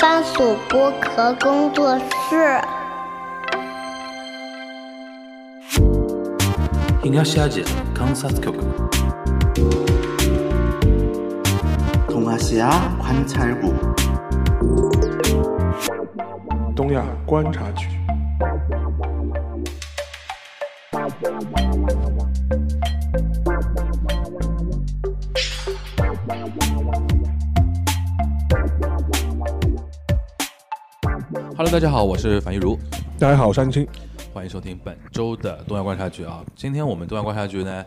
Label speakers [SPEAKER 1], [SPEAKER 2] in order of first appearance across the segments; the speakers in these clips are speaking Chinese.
[SPEAKER 1] 番薯剥壳工作室。
[SPEAKER 2] 東アジア観察局
[SPEAKER 3] 동아시아 관찰국
[SPEAKER 4] 东亚观察局。
[SPEAKER 5] Hello，大家好，我是樊玉茹，
[SPEAKER 4] 大家好，我是安青。
[SPEAKER 5] 欢迎收听本周的东亚观察局啊。今天我们东亚观察局呢，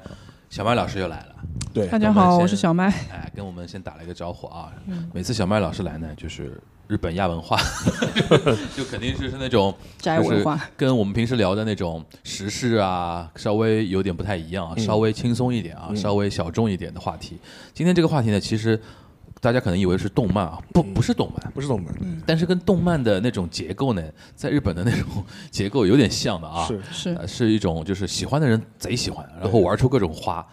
[SPEAKER 5] 小麦老师又来了。
[SPEAKER 4] 对
[SPEAKER 6] 大，家好，我是小麦。嗯
[SPEAKER 5] 哎，跟我们先打了一个招呼啊。每次小麦老师来呢，就是日本亚文 化，就肯定是是那种
[SPEAKER 6] 宅文化，
[SPEAKER 5] 就是跟我们平时聊的那种时事啊，稍微有点不太一样
[SPEAKER 6] 嗯
[SPEAKER 5] 啊，稍微轻松一点啊，稍微小众一点的话题。今天这个话题呢，其实大家可能以为是动漫啊，不，
[SPEAKER 6] 嗯
[SPEAKER 5] 不是动漫，
[SPEAKER 4] 不是东门，
[SPEAKER 5] 但是跟动漫的那种结构呢，在日本的那种结构有点像的啊，
[SPEAKER 4] 是
[SPEAKER 6] 是
[SPEAKER 5] 呃是一种就是喜欢的人贼喜欢，然后玩出各种花，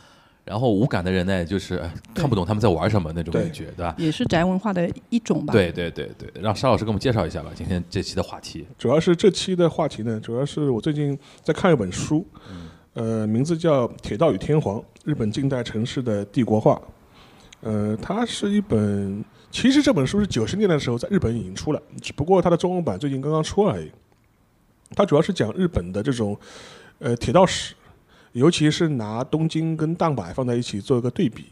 [SPEAKER 5] 然后无感的人呢，就是哎看不懂他们在玩什么那种
[SPEAKER 4] 对
[SPEAKER 5] 感觉，对吧？
[SPEAKER 6] 也是宅文化的一种吧？，
[SPEAKER 5] 对对对对，让沙老师给我们介绍一下吧，今天这期的话题。
[SPEAKER 4] 主要是这期的话题呢，主要是我最近在看一本书，呃，名字叫《铁道与天皇：日本近代城市的帝国化》。呃，它是一本，其实这本书是九十年代的时候在日本已经出了，只不过它的中文版最近刚刚出而已。它主要是讲日本的这种呃铁道史，尤其是拿东京跟大阪放在一起做一个对比，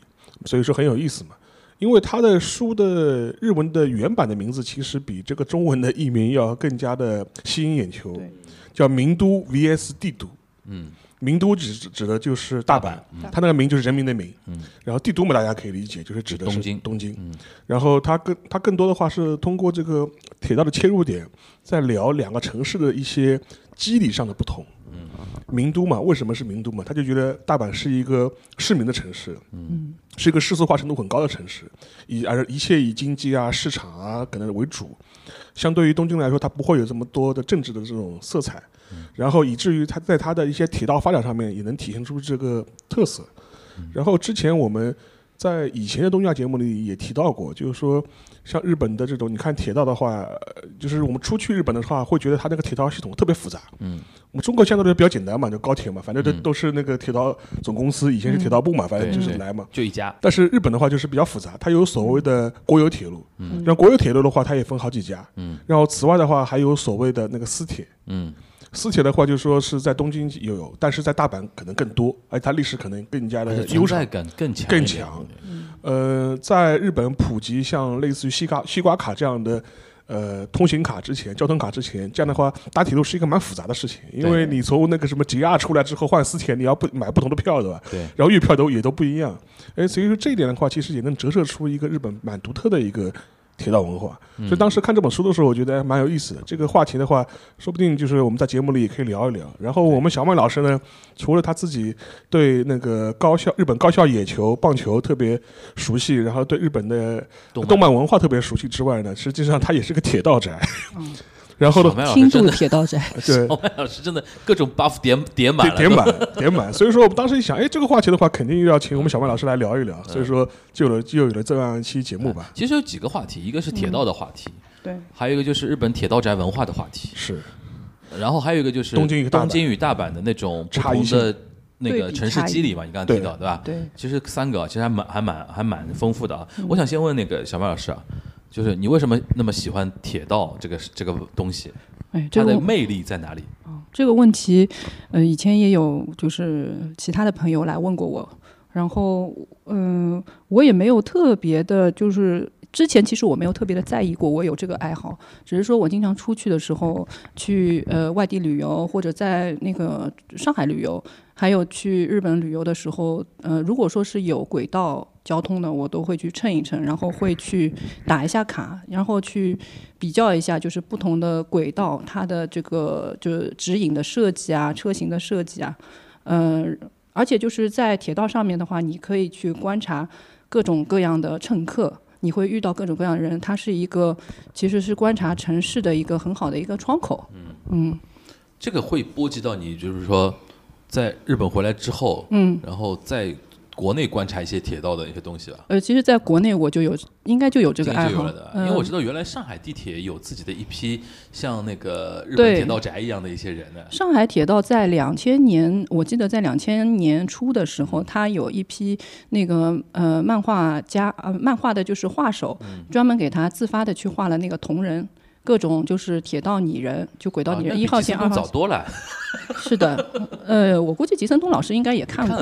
[SPEAKER 4] 所以说很有意思嘛。因为他的书的日文的原版的名字其实比这个中文的译名要更加的吸引眼球
[SPEAKER 6] 对，
[SPEAKER 4] 叫《名都 VS 帝都》。
[SPEAKER 5] 嗯，
[SPEAKER 4] 名都指指的就是大阪，
[SPEAKER 6] 嗯
[SPEAKER 4] 它那个名就是人民的民。
[SPEAKER 5] 嗯
[SPEAKER 4] 然后帝都嘛，大家可以理解，就是指的是
[SPEAKER 5] 东京
[SPEAKER 4] 东京。
[SPEAKER 5] 嗯
[SPEAKER 4] 然后它更它更多的话是通过这个铁道的切入点，在聊两个城市的一些机理上的不同。名都嘛，为什么是名都嘛？他就觉得大阪是一个市民的城市，
[SPEAKER 6] 嗯，
[SPEAKER 4] 是一个世俗化程度很高的城市，以而一切以经济啊、市场啊可能为主。相对于东京来说，它不会有这么多的政治的这种色彩，
[SPEAKER 5] 嗯
[SPEAKER 4] 然后以至于它在它的一些铁道发展上面也能体现出这个特色。
[SPEAKER 5] 嗯
[SPEAKER 4] 然后之前我们在以前的东亚节目里也提到过，就是说像日本的这种，你看铁道的话，呃就是我们出去日本的话，会觉得它那个铁道系统特别复杂。
[SPEAKER 5] 嗯，
[SPEAKER 4] 我们中国相对来说比较简单嘛，就高铁嘛，反正都
[SPEAKER 5] 嗯
[SPEAKER 4] 都是那个铁道总公司，以前是铁道部嘛，反正就是来嘛。
[SPEAKER 5] 就一家，
[SPEAKER 4] 但是日本的话就是比较复杂，它有所谓的国有铁路，
[SPEAKER 5] 嗯
[SPEAKER 4] 然后国有铁路的话它也分好几家，
[SPEAKER 5] 嗯
[SPEAKER 4] 然后此外的话还有所谓的那个私铁，
[SPEAKER 5] 嗯
[SPEAKER 4] 私铁的话就说是在东京有，但是在大阪可能更多，而且它历史可能更加
[SPEAKER 5] 而
[SPEAKER 4] 的
[SPEAKER 5] 且
[SPEAKER 4] 悠
[SPEAKER 5] 存
[SPEAKER 4] 长
[SPEAKER 5] 在。感呃更强，
[SPEAKER 4] 更强。呃，在日本普及像类似于西卡西瓜卡这样的呃通行卡之前，交通卡之前，这样的话搭铁路是一个蛮复杂的事情，因为
[SPEAKER 5] 对
[SPEAKER 4] 你从那个什么 JR 出来之后换私铁，你要不买不同的票，对吧？
[SPEAKER 5] 对
[SPEAKER 4] 然后月票都也都不一样。哎，所以说这一点的话，其实也能折射出一个日本蛮独特的一个。铁道文化，
[SPEAKER 5] 嗯
[SPEAKER 4] 所以当时看这本书的时候，我觉得哎蛮有意思的。这个话题的话，说不定就是我们在节目里也可以聊一聊。然后我们小麦老师呢，除了他自己对那个高校日本高校野球、棒球特别熟悉，然后对日本的
[SPEAKER 5] 动漫
[SPEAKER 4] 动漫文化特别熟悉之外呢，实际上他也是个铁道宅。
[SPEAKER 6] 嗯
[SPEAKER 4] 然后
[SPEAKER 5] 小
[SPEAKER 4] 呢，
[SPEAKER 5] 麦老师
[SPEAKER 6] 轻
[SPEAKER 5] 真
[SPEAKER 6] 度
[SPEAKER 5] 的，
[SPEAKER 6] 铁道宅。
[SPEAKER 4] 对
[SPEAKER 5] 小麦老师真的各种 buff 点点满
[SPEAKER 4] 点
[SPEAKER 5] 了，
[SPEAKER 4] 点满 点满，所以说我们当时一想，哎，这个话题的话，肯定要请我们小麦老师来聊一
[SPEAKER 5] 嗯
[SPEAKER 4] 聊，所以说就有了就有了这样一期节目吧。
[SPEAKER 5] 其实有几个话题，一个是铁道的话题，
[SPEAKER 4] 嗯
[SPEAKER 6] 对，
[SPEAKER 5] 还有一个就是日本铁道宅文化的话题，
[SPEAKER 4] 是
[SPEAKER 5] 然后还有一个就是
[SPEAKER 4] 东京与大阪
[SPEAKER 5] 东京与大阪的那种不
[SPEAKER 4] 差异
[SPEAKER 5] 同
[SPEAKER 4] 性
[SPEAKER 5] 的那
[SPEAKER 6] 对
[SPEAKER 5] 个
[SPEAKER 6] 比
[SPEAKER 5] 城市
[SPEAKER 6] 差异
[SPEAKER 5] 机理嘛，你刚才提到对吧？
[SPEAKER 6] 对，嗯
[SPEAKER 5] 其实三个啊其实还蛮还蛮还蛮丰富的啊。我想先问那个小麦老师啊，就是你为什么那么喜欢铁道这个这个东西？
[SPEAKER 6] 哎，
[SPEAKER 5] 它
[SPEAKER 6] 这个
[SPEAKER 5] 的
[SPEAKER 6] 我
[SPEAKER 5] 魅力在哪里？
[SPEAKER 6] 这个问题，呃，以前也有就是其他的朋友来问过我，然后嗯、我也没有特别的，就是。之前其实我没有特别的在意过，我有这个爱好，只是说我经常出去的时候，去呃外地旅游或者在那个上海旅游，还有去日本旅游的时候，呃，如果说是有轨道交通的，我都会去乘一乘，然后会去打一下卡，然后去比较一下，就是不同的轨道它的这个就是指引的设计啊，车型的设计啊，呃，而且就是在铁道上面的话，你可以去观察各种各样的乘客。你会遇到各种各样的人，它是一个其实是观察城市的一个很好的一个窗口。
[SPEAKER 5] 这个会波及到你，就是说在日本回来之后，
[SPEAKER 6] 嗯，
[SPEAKER 5] 然后在国内观察一些铁道的一些东西吧。
[SPEAKER 6] 呃，其实在国内我就有，应该就有这个
[SPEAKER 5] 今天
[SPEAKER 6] 爱
[SPEAKER 5] 就有
[SPEAKER 6] 好
[SPEAKER 5] 了的，，因
[SPEAKER 6] 嗯
[SPEAKER 5] 为我知道原来上海地铁有自己的一批像那个日本
[SPEAKER 6] 对
[SPEAKER 5] 铁道宅一样的一些人呢。
[SPEAKER 6] 上海铁道在两千年，我记得在两千年初的时
[SPEAKER 5] 嗯
[SPEAKER 6] 候，它有一批那个呃漫画家，呃漫画的就是画手，
[SPEAKER 5] 嗯
[SPEAKER 6] 专门给他自发的去画了那个铜人，各种就是铁道拟人，就轨道
[SPEAKER 5] 啊
[SPEAKER 6] 拟
[SPEAKER 5] 那
[SPEAKER 6] 人，
[SPEAKER 5] 比
[SPEAKER 6] 一、号
[SPEAKER 5] 吉
[SPEAKER 6] 线、
[SPEAKER 5] 森
[SPEAKER 6] 二
[SPEAKER 5] 宫早
[SPEAKER 6] 号线。
[SPEAKER 5] 多了，
[SPEAKER 6] 是的，呃，我估计吉森东老师应该也看过，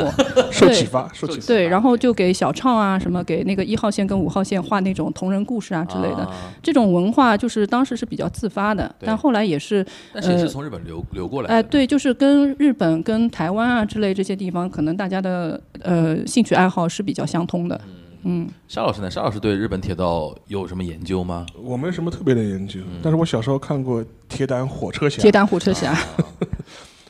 [SPEAKER 4] 受
[SPEAKER 6] 对
[SPEAKER 4] 启发，受启发。
[SPEAKER 6] 对，然后就给小畅啊什么，给那个一号线跟五号线画那种同人故事啊之类的。
[SPEAKER 4] 嗯
[SPEAKER 5] 啊
[SPEAKER 6] 这种文化就是当时是比较自发的，
[SPEAKER 5] 对
[SPEAKER 6] 但后来也是
[SPEAKER 5] 但是也是
[SPEAKER 6] 呃
[SPEAKER 5] 从日本流流过来的。
[SPEAKER 6] 哎，对，就是跟日本、跟台湾啊之类这些地方，可能大家的呃兴趣爱好是比较相通的。嗯，
[SPEAKER 5] 沙老师呢？沙老师对日本铁道有什么研究吗？
[SPEAKER 4] 我没什么特别的研究，
[SPEAKER 5] 嗯
[SPEAKER 4] 但是我小时候看过《铁胆火车侠
[SPEAKER 6] 铁》，胆
[SPEAKER 5] 啊
[SPEAKER 6] 火车侠，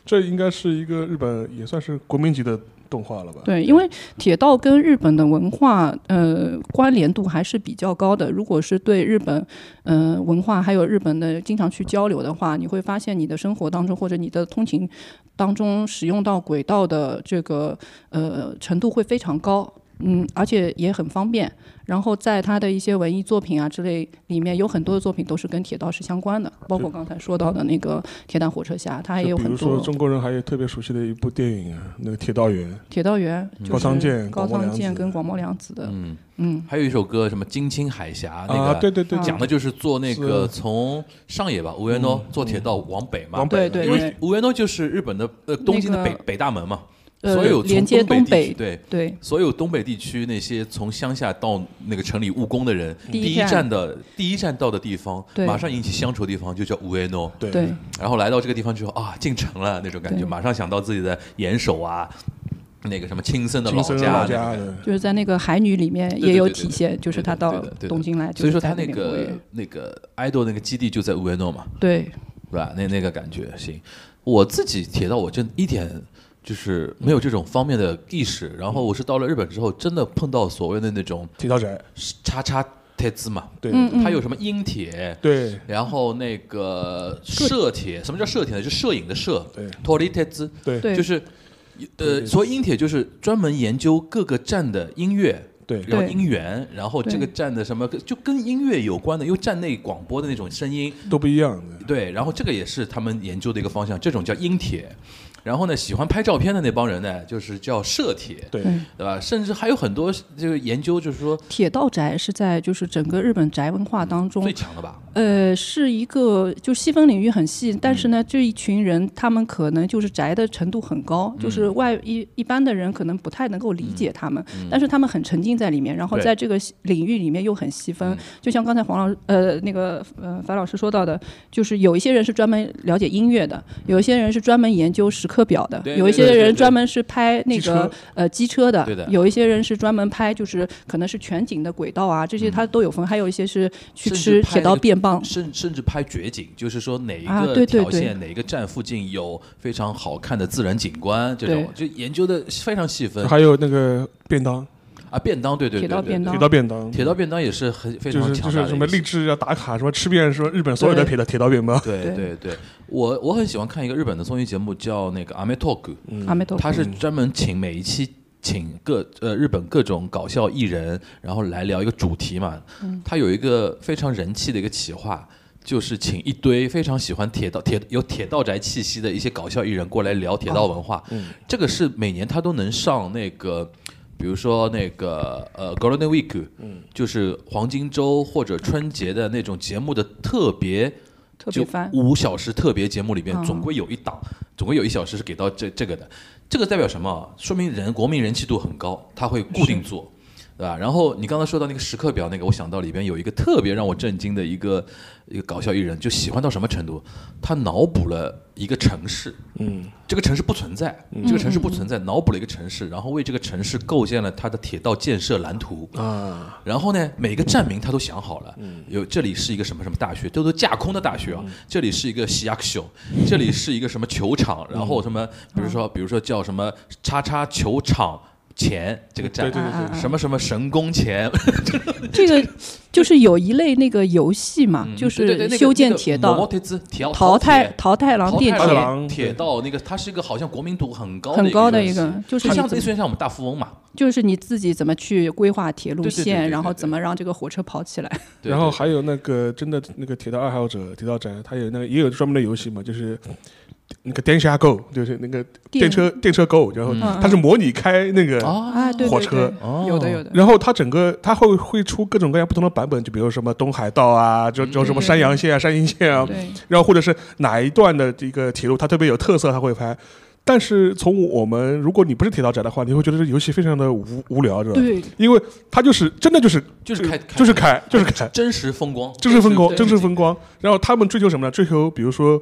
[SPEAKER 4] 这应该是一个日本也算是国民级的动画了吧？
[SPEAKER 6] 对，因为铁道跟日本的文化呃关联度还是比较高的。如果是对日本呃文化还有日本的经常去交流的话，你会发现你的生活当中或者你的通勤当中使用到轨道的这个呃程度会非常高。嗯，而且也很方便。然后在他的一些文艺作品啊之类里面，有很多的作品都是跟铁道是相关的，包括刚才说到的那个《铁胆火车侠》，他也
[SPEAKER 4] 就
[SPEAKER 6] 有
[SPEAKER 4] 比
[SPEAKER 6] 很
[SPEAKER 4] 如说
[SPEAKER 6] 多
[SPEAKER 4] 中国人还有特别熟悉的一部电影啊，那个《铁道员》，
[SPEAKER 6] 铁道员，就是
[SPEAKER 4] 高仓健
[SPEAKER 6] 高
[SPEAKER 4] 广播
[SPEAKER 6] 仓
[SPEAKER 4] 良
[SPEAKER 6] 健
[SPEAKER 4] 子
[SPEAKER 6] 跟广末凉子的。
[SPEAKER 5] 嗯，
[SPEAKER 6] 嗯，
[SPEAKER 5] 还有一首歌什么《金青海峡》那
[SPEAKER 4] 啊，
[SPEAKER 5] 个，
[SPEAKER 4] 对对对，
[SPEAKER 5] 讲的就是坐那个
[SPEAKER 4] 是嗯
[SPEAKER 5] 从上野吧，无缘诺坐铁道往北嘛
[SPEAKER 4] 往。
[SPEAKER 6] 对
[SPEAKER 4] 北
[SPEAKER 6] 对
[SPEAKER 5] 因为
[SPEAKER 6] 对
[SPEAKER 5] 无缘诺就是日本的呃东京的北
[SPEAKER 6] 那个
[SPEAKER 5] 北大门嘛，
[SPEAKER 6] 呃
[SPEAKER 5] 所有从
[SPEAKER 6] 连接
[SPEAKER 5] 东地
[SPEAKER 6] 东
[SPEAKER 5] 区
[SPEAKER 6] 北
[SPEAKER 5] 对。
[SPEAKER 6] 对
[SPEAKER 5] 所有东北地区那些从乡下到那个城里务工的人，第
[SPEAKER 6] 第一
[SPEAKER 5] 一
[SPEAKER 6] 站
[SPEAKER 5] 站的第一站到的地方，
[SPEAKER 6] 对
[SPEAKER 5] 马上引起乡愁的地方就叫无缘诺。
[SPEAKER 4] 对
[SPEAKER 6] 对，
[SPEAKER 5] 然后来到这个地方之后啊，进城了那种感觉，
[SPEAKER 6] 对
[SPEAKER 5] 马上想到自己的岩手啊，那个什么亲生的老
[SPEAKER 4] 金
[SPEAKER 5] 家
[SPEAKER 4] 森老
[SPEAKER 5] 那
[SPEAKER 6] 啊
[SPEAKER 4] 家
[SPEAKER 5] 种感觉
[SPEAKER 4] 的，
[SPEAKER 6] 就是在那个《海女》里面
[SPEAKER 5] 对对
[SPEAKER 6] 也有
[SPEAKER 5] 对对
[SPEAKER 6] 体
[SPEAKER 5] 对
[SPEAKER 6] 现，就是他
[SPEAKER 5] 对
[SPEAKER 6] 到
[SPEAKER 5] 的对的对的
[SPEAKER 6] 东京来，就
[SPEAKER 5] 所以
[SPEAKER 6] 是
[SPEAKER 5] 说
[SPEAKER 6] 在
[SPEAKER 5] 他那
[SPEAKER 6] 边过夜
[SPEAKER 5] 个那个 idol 那个基地就在维诺嘛，
[SPEAKER 6] 对
[SPEAKER 5] 对吧？那那个感觉行。我自己铁道我真一点就是没有这种方面的意识，然后我是到了日本之后，真的碰到所谓的那种
[SPEAKER 4] 铁道宅，
[SPEAKER 5] 叉叉铁兹嘛，
[SPEAKER 4] 对
[SPEAKER 6] 嗯
[SPEAKER 5] 它有什么鹰铁，
[SPEAKER 4] 对
[SPEAKER 5] 然后那个摄铁，什么叫摄铁呢？就摄影的摄，
[SPEAKER 4] 对
[SPEAKER 5] 脱离铁兹，
[SPEAKER 4] 对
[SPEAKER 6] 对
[SPEAKER 5] 就是呃，所以音铁就是专门研究各个站的音乐。
[SPEAKER 4] 对
[SPEAKER 5] 然后
[SPEAKER 6] 对
[SPEAKER 5] 音源，然后这个
[SPEAKER 6] 对
[SPEAKER 5] 站的什么，就跟音乐有关的，又站内广播的那种声音，
[SPEAKER 4] 都不一样的。
[SPEAKER 5] 对，然后这个也是他们研究的一个方向，这种叫音铁。然后呢，喜欢拍照片的那帮人呢，就是叫摄铁，
[SPEAKER 4] 对
[SPEAKER 6] 对
[SPEAKER 5] 对吧？甚至还有很多这个研究，就是说
[SPEAKER 6] 铁道宅是在就是整个日本宅文化当中
[SPEAKER 5] 最，强的吧，
[SPEAKER 6] 呃，是一个就细分领域很细，但
[SPEAKER 5] 嗯
[SPEAKER 6] 是呢，这一群人他们可能就是宅的程度很高，
[SPEAKER 5] 嗯
[SPEAKER 6] 就是外一一般的人可能不太能够理解他们，但是他们很沉浸在里面，然后
[SPEAKER 5] 对嗯
[SPEAKER 6] 在这个细领域里面又很细分，就像刚才黄老师呃那个呃樊老师说到的，就是有一些人是专门了解音乐的，有一些人是专门研究时刻表的
[SPEAKER 5] 对，
[SPEAKER 6] 有一
[SPEAKER 5] 对
[SPEAKER 6] 些
[SPEAKER 5] 对对
[SPEAKER 6] 人
[SPEAKER 5] 对
[SPEAKER 6] 专门是拍那
[SPEAKER 4] 机
[SPEAKER 6] 个
[SPEAKER 4] 车
[SPEAKER 6] 呃机车的
[SPEAKER 5] 对的，
[SPEAKER 6] 有一些人是专门拍就是可能是全景的轨道啊，这些他都有分，还有一些是去
[SPEAKER 5] 嗯甚至
[SPEAKER 6] 吃
[SPEAKER 5] 拍
[SPEAKER 6] 铁
[SPEAKER 5] 那
[SPEAKER 6] 道
[SPEAKER 5] 个
[SPEAKER 6] 便棒。
[SPEAKER 5] 甚甚至拍绝景，就是说哪一
[SPEAKER 6] 啊
[SPEAKER 5] 个
[SPEAKER 6] 对对
[SPEAKER 5] 条
[SPEAKER 6] 对
[SPEAKER 5] 线、哪一个站附近有非常好看的自然景观，这种就研究的非常细分
[SPEAKER 4] 还有那个便当，
[SPEAKER 5] 啊。便当，对对对
[SPEAKER 6] 铁道
[SPEAKER 5] 对对
[SPEAKER 6] 便当
[SPEAKER 4] 铁道便当，
[SPEAKER 5] 铁道便当也是很非
[SPEAKER 4] 嗯就
[SPEAKER 5] 常强
[SPEAKER 4] 是就
[SPEAKER 5] 大
[SPEAKER 4] 是
[SPEAKER 5] 的
[SPEAKER 4] 什
[SPEAKER 5] 一
[SPEAKER 4] 么
[SPEAKER 5] 个
[SPEAKER 4] 励志要打卡，什么吃遍说日本所有的
[SPEAKER 6] 对
[SPEAKER 4] 铁道铁道便当，
[SPEAKER 5] 对对对，我我很喜欢看一个日本的综艺节目，叫那个《阿 m 托 Talk》，
[SPEAKER 4] 嗯
[SPEAKER 6] 阿梅多，
[SPEAKER 5] 它是专门请每一期请各呃日本各种搞笑艺人，然后来聊一个主题嘛。它有一个非常人气的一个企划，就是请一堆非常喜欢铁道铁有铁道宅气息的一些搞笑艺人过来聊铁道文化。这个是每年他都能上那个。比如说那个呃 Golden Week，嗯，就是黄金周或者春节的那种节目的特别
[SPEAKER 6] 特别
[SPEAKER 5] 就
[SPEAKER 6] 翻，
[SPEAKER 5] 五小时特别节目里面，
[SPEAKER 6] 嗯
[SPEAKER 5] 总归有一档，总归有一小时是给到这这个的。这个代表什么啊？说明人国民人气度很高，他会固定做，对吧？然后你刚才说到那个时刻表，那个我想到里边有一个特别让我震惊的一个一个搞笑艺人，就喜欢到什么程度？他脑补了一个城市，
[SPEAKER 4] 嗯，
[SPEAKER 5] 这个城市不存在，这个城
[SPEAKER 6] 嗯
[SPEAKER 5] 市不存在，脑补了一个城市，然后为这个城市构建了它的铁道建设蓝图啊。然后呢，每个站名他都想好了，
[SPEAKER 4] 嗯
[SPEAKER 5] 有这里是一个什么什么大学，都是架空的大学啊，这里是一个西亚秀，这里是一个什么球场，然
[SPEAKER 4] 嗯
[SPEAKER 5] 后什么，比如说比如说叫什么叉叉球场前这个站，
[SPEAKER 4] 对对
[SPEAKER 6] 对对嗯
[SPEAKER 5] 什么什么神宫前，
[SPEAKER 6] 这个就是有一类那个游戏嘛，就
[SPEAKER 5] 嗯对对
[SPEAKER 6] 是
[SPEAKER 5] 对
[SPEAKER 6] 修建铁道、
[SPEAKER 5] 那个那个铁
[SPEAKER 6] 淘汰
[SPEAKER 5] 铁
[SPEAKER 6] 淘汰郎
[SPEAKER 5] 淘
[SPEAKER 6] 电
[SPEAKER 5] 汰
[SPEAKER 4] 郎
[SPEAKER 6] 铁，
[SPEAKER 5] 铁铁道那个，它是一个好像国民度很高
[SPEAKER 6] 很高的
[SPEAKER 5] 一
[SPEAKER 6] 一个
[SPEAKER 5] 东西，
[SPEAKER 6] 就是
[SPEAKER 5] 就
[SPEAKER 6] 你
[SPEAKER 5] 像
[SPEAKER 6] 怎
[SPEAKER 5] 类
[SPEAKER 6] 么
[SPEAKER 5] 似于像我们大富翁嘛，
[SPEAKER 6] 就是你自己怎么去规划铁路
[SPEAKER 5] 对对对对
[SPEAKER 6] 线，
[SPEAKER 5] 对
[SPEAKER 6] 然后
[SPEAKER 5] 对
[SPEAKER 6] 怎么让这个火车跑起来。
[SPEAKER 5] 对
[SPEAKER 4] 然后
[SPEAKER 5] 对
[SPEAKER 4] 还有那个真的那个铁道爱好者、铁道宅，他有那个也有专门的游戏嘛，就是那个电下 Go，就是那个电车电车 Go，然后
[SPEAKER 6] 嗯
[SPEAKER 4] 它是模拟开那个，
[SPEAKER 5] 啊，
[SPEAKER 6] 啊，对
[SPEAKER 4] 火
[SPEAKER 6] 对
[SPEAKER 4] 车
[SPEAKER 5] 哦
[SPEAKER 6] 对，有的有的。
[SPEAKER 4] 然后它整个它会会出各种各样不同的版本，就比如什么东海道啊，
[SPEAKER 6] 嗯
[SPEAKER 4] 就就什么山阳线啊、山阴线啊，
[SPEAKER 6] 对，
[SPEAKER 4] 然后或者是哪一段的这个铁路它特别有特色，它会拍。但是从我们，如果你不是铁道宅的话，你会觉得这游戏非常的无无聊，知道吧？
[SPEAKER 6] 对，
[SPEAKER 4] 因为它就是真的就是
[SPEAKER 5] 就是开，开
[SPEAKER 4] 就是开就是开，
[SPEAKER 5] 真实风光，
[SPEAKER 4] 正式风光，
[SPEAKER 5] 对
[SPEAKER 4] 正式风，光。然后他们追求什么呢？追求比如说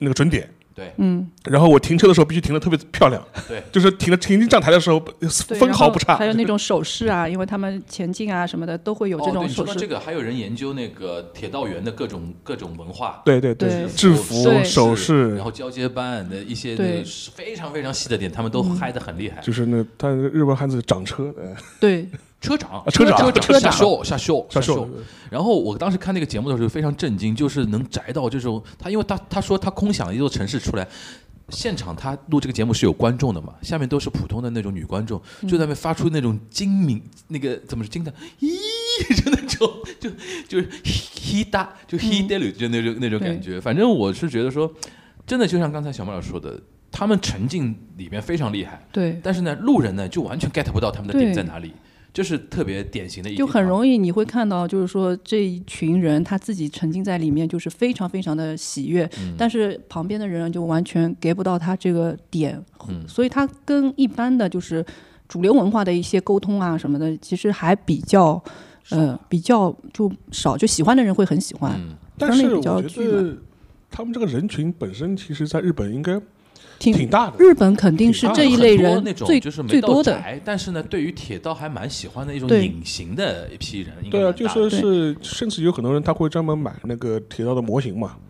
[SPEAKER 4] 那个准点。
[SPEAKER 5] 对对
[SPEAKER 6] 嗯，
[SPEAKER 4] 然后我停车的时候必须停得特别漂亮，
[SPEAKER 5] 对，
[SPEAKER 4] 就是停的停进站台的时候
[SPEAKER 6] 对
[SPEAKER 4] 分
[SPEAKER 6] 然
[SPEAKER 4] 毫
[SPEAKER 6] 后
[SPEAKER 4] 不差。
[SPEAKER 6] 还有那种手势啊，因为他们前进啊什么的都会有
[SPEAKER 5] 哦
[SPEAKER 6] 这种
[SPEAKER 5] 对你
[SPEAKER 6] 手
[SPEAKER 5] 说到这
[SPEAKER 6] 势。
[SPEAKER 5] 个，还有人研究那个铁道员的各种各种文化，
[SPEAKER 4] 对对
[SPEAKER 6] 对
[SPEAKER 4] 制服
[SPEAKER 6] 对、
[SPEAKER 4] 首饰
[SPEAKER 5] 啊然，后交接班的一些
[SPEAKER 6] 对
[SPEAKER 5] 那个是非常非常细的点，他们都嗨得很厉害。
[SPEAKER 4] 就是那他日本汉字掌车，
[SPEAKER 5] 嗯
[SPEAKER 4] 呃
[SPEAKER 6] 对，
[SPEAKER 5] 车长，
[SPEAKER 4] 啊车长
[SPEAKER 5] 长，
[SPEAKER 4] 车
[SPEAKER 5] 下
[SPEAKER 4] 长
[SPEAKER 5] 秀，下秀，
[SPEAKER 4] 销售
[SPEAKER 5] 秀。然后我当时看那个节目的时候非常震惊，就是能宅到这种他，因为他他说他空想了一座城市出来。现场他录这个节目是有观众的嘛，下面都是普通的那种女观众，就在那边发出那种精明那个怎么是惊叹，咦， 就那种就就是 he 哒，就
[SPEAKER 6] 嗯
[SPEAKER 5] he 哒 u 就那种那种感觉。反正我是觉得说，真的就像刚才小马老师说的，他们沉浸里面非常厉害，
[SPEAKER 6] 对，
[SPEAKER 5] 但是呢，路人呢就完全 get 不到他们的点
[SPEAKER 6] 对
[SPEAKER 5] 在哪里，这是特别典型的一点
[SPEAKER 6] 就
[SPEAKER 5] 啊
[SPEAKER 6] 很容易你会看到，就是说这一群人他自己沉浸在里面，就是非常非常的喜悦，
[SPEAKER 5] 嗯
[SPEAKER 6] 但是旁边的人就完全 get 不到他这个点，
[SPEAKER 5] 嗯
[SPEAKER 6] 所以他跟一般的就是主流文化的一些沟通啊什么的，其实还比较。呃，比较就少，就喜欢的人会很喜欢。
[SPEAKER 5] 嗯
[SPEAKER 4] 但
[SPEAKER 6] 当然
[SPEAKER 4] 是
[SPEAKER 6] 也
[SPEAKER 4] 我
[SPEAKER 6] 比较
[SPEAKER 4] 觉得他们这个人群本身其实在日本应该
[SPEAKER 6] 挺
[SPEAKER 4] 挺大的。
[SPEAKER 6] 日本肯定是
[SPEAKER 4] 挺大
[SPEAKER 6] 这一
[SPEAKER 5] 啊很
[SPEAKER 6] 类
[SPEAKER 5] 多
[SPEAKER 6] 人
[SPEAKER 5] 那种
[SPEAKER 6] 最
[SPEAKER 5] 就是没
[SPEAKER 6] 最
[SPEAKER 5] 到
[SPEAKER 6] 多的，
[SPEAKER 5] 宅，但是呢，对于铁道还蛮喜欢的一种
[SPEAKER 6] 对嗯
[SPEAKER 5] 隐形的一批人，应该
[SPEAKER 4] 对啊，
[SPEAKER 5] 蛮
[SPEAKER 4] 就
[SPEAKER 5] 大
[SPEAKER 4] 说
[SPEAKER 5] 的
[SPEAKER 4] 是甚至有很多人他会专门买那个铁道的模型嘛，
[SPEAKER 5] 嗯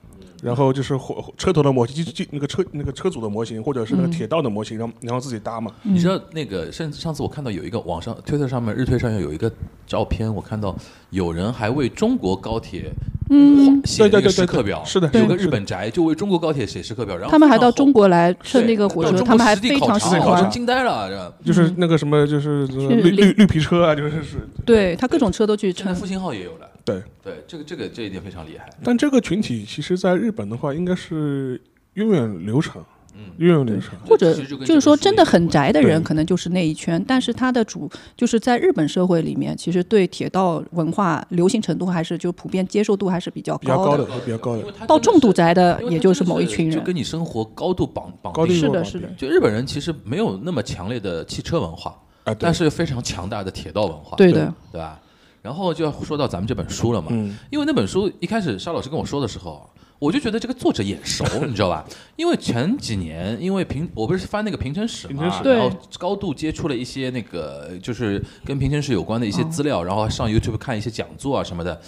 [SPEAKER 4] 然后就是火车头的模型，就就那个车那个车组的模型，或者是那个
[SPEAKER 6] 嗯
[SPEAKER 4] 铁道的模型，然后然后自己搭嘛。
[SPEAKER 5] 你知道那个上上次我看到有一个网上推特上面日推上面有一个照片，我看到有人还为中国高铁嗯写了
[SPEAKER 4] 对对
[SPEAKER 5] 一
[SPEAKER 4] 对
[SPEAKER 5] 个
[SPEAKER 4] 对
[SPEAKER 5] 时刻表，
[SPEAKER 4] 是的
[SPEAKER 5] 有个
[SPEAKER 4] 是的
[SPEAKER 5] 日本宅就为中国高铁写时刻表，然后
[SPEAKER 6] 他们还
[SPEAKER 5] 非常
[SPEAKER 6] 到
[SPEAKER 5] 火
[SPEAKER 6] 中国来乘那个火
[SPEAKER 5] 到
[SPEAKER 6] 车，
[SPEAKER 5] 中
[SPEAKER 6] 他们
[SPEAKER 5] 国
[SPEAKER 6] 还
[SPEAKER 5] 实地
[SPEAKER 6] 非
[SPEAKER 5] 考
[SPEAKER 6] 常
[SPEAKER 5] 察
[SPEAKER 6] 喜
[SPEAKER 5] 考察
[SPEAKER 6] 欢。
[SPEAKER 5] 惊呆了， 这
[SPEAKER 4] 就是那个什么，就是
[SPEAKER 6] 嗯是
[SPEAKER 4] 绿绿绿皮车啊，就是是
[SPEAKER 6] 对他各种车都去
[SPEAKER 5] 现在
[SPEAKER 6] 乘，
[SPEAKER 5] 复兴号也有了，
[SPEAKER 4] 对。
[SPEAKER 5] 对，这个这个这一点非常厉害，
[SPEAKER 4] 但这个群体其实在日本的话，应该是源远流长，
[SPEAKER 5] 嗯，
[SPEAKER 4] 源远流长。
[SPEAKER 6] 或者
[SPEAKER 5] 其实就跟
[SPEAKER 6] 就是说真的很宅的人，
[SPEAKER 4] 对
[SPEAKER 6] 可能就是那一圈。但是他的主就是在日本社会里面，其实对铁道文化流行程度还是就普遍接受度还是比较
[SPEAKER 4] 比较高
[SPEAKER 6] 高
[SPEAKER 4] 的
[SPEAKER 6] 的。
[SPEAKER 4] 比较高的
[SPEAKER 5] 因为它
[SPEAKER 6] 到
[SPEAKER 5] 真
[SPEAKER 6] 重
[SPEAKER 5] 的
[SPEAKER 6] 度
[SPEAKER 5] 是
[SPEAKER 6] 宅的
[SPEAKER 5] 因，为
[SPEAKER 6] 也
[SPEAKER 5] 它
[SPEAKER 6] 就
[SPEAKER 5] 真
[SPEAKER 6] 是
[SPEAKER 5] 的
[SPEAKER 6] 某一群
[SPEAKER 5] 就
[SPEAKER 6] 人。
[SPEAKER 5] 跟你生活高度绑绑
[SPEAKER 4] 高
[SPEAKER 5] 定
[SPEAKER 4] 地
[SPEAKER 6] 是
[SPEAKER 5] 了。
[SPEAKER 6] 的
[SPEAKER 4] 弱化
[SPEAKER 6] 是的
[SPEAKER 4] 比
[SPEAKER 5] 就日本人其实没有那么强烈的汽车文化，
[SPEAKER 4] 啊，对
[SPEAKER 5] 但是非常强大的铁道文化，
[SPEAKER 6] 对的，
[SPEAKER 5] 对吧？然后就要说到咱们这本书了嘛，
[SPEAKER 4] 嗯
[SPEAKER 5] 因为那本书一开始沙老师跟我说的时候，啊我就觉得这个作者眼熟，你知道吧？因为前几年，因为平我不是翻那个平成史
[SPEAKER 4] 平
[SPEAKER 5] 嘛
[SPEAKER 4] 成，史
[SPEAKER 5] 然后
[SPEAKER 6] 对
[SPEAKER 5] 高度接触了一些那个就是跟平成史有关的一些
[SPEAKER 6] 嗯
[SPEAKER 5] 资料，然后上 YouTube 看一些讲座啊什么的。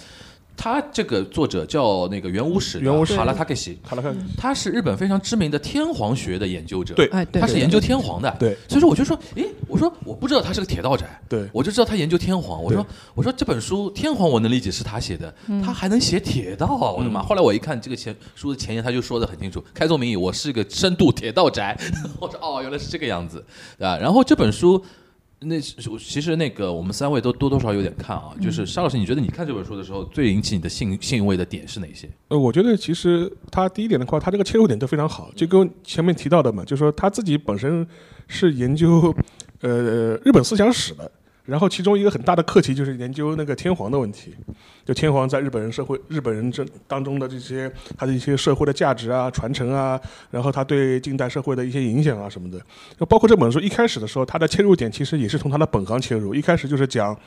[SPEAKER 5] 他这个作者叫那个原武史的
[SPEAKER 4] 原武史
[SPEAKER 5] 哈拉塔克西，
[SPEAKER 4] 卡拉看，
[SPEAKER 5] 他是日本非常知名的天皇学的研究者，
[SPEAKER 4] 对
[SPEAKER 6] 哎，对，
[SPEAKER 5] 他是
[SPEAKER 6] 对
[SPEAKER 5] 研究天皇的，
[SPEAKER 4] 对
[SPEAKER 5] 所以说我就说，诶，我说我不知道他是个铁道宅，
[SPEAKER 4] 对
[SPEAKER 5] 我就知道他研究天皇。我说
[SPEAKER 4] 对
[SPEAKER 5] 我说这本书天皇我能理解是他写的，他还能写铁道啊！我的妈！后来我一看这个前书的前言，他就说的很清楚，开宗明义，我是个深度铁道宅。 我说哦，原来是这个样子，对吧？然后这本书。那是我其实那个我们三位都多多少少有点看啊，就是沙老师，你觉得你看这本书的时候，最引起你的兴兴味的点是哪些？
[SPEAKER 4] 呃，我觉得其实他第一点的话，他这个切入点都非常好，就跟前面提到的嘛，就说他自己本身是研究呃日本思想史的，然后其中一个很大的课题就是研究那个天皇的问题，就天皇在日本人社会、日本人这当中的这些他的一些社会的价值啊、传承啊，然后他对近代社会的一些影响啊什么的，就包括这本书一开始的时候，他的切入点其实也是从他的本行切入，一开始就是讲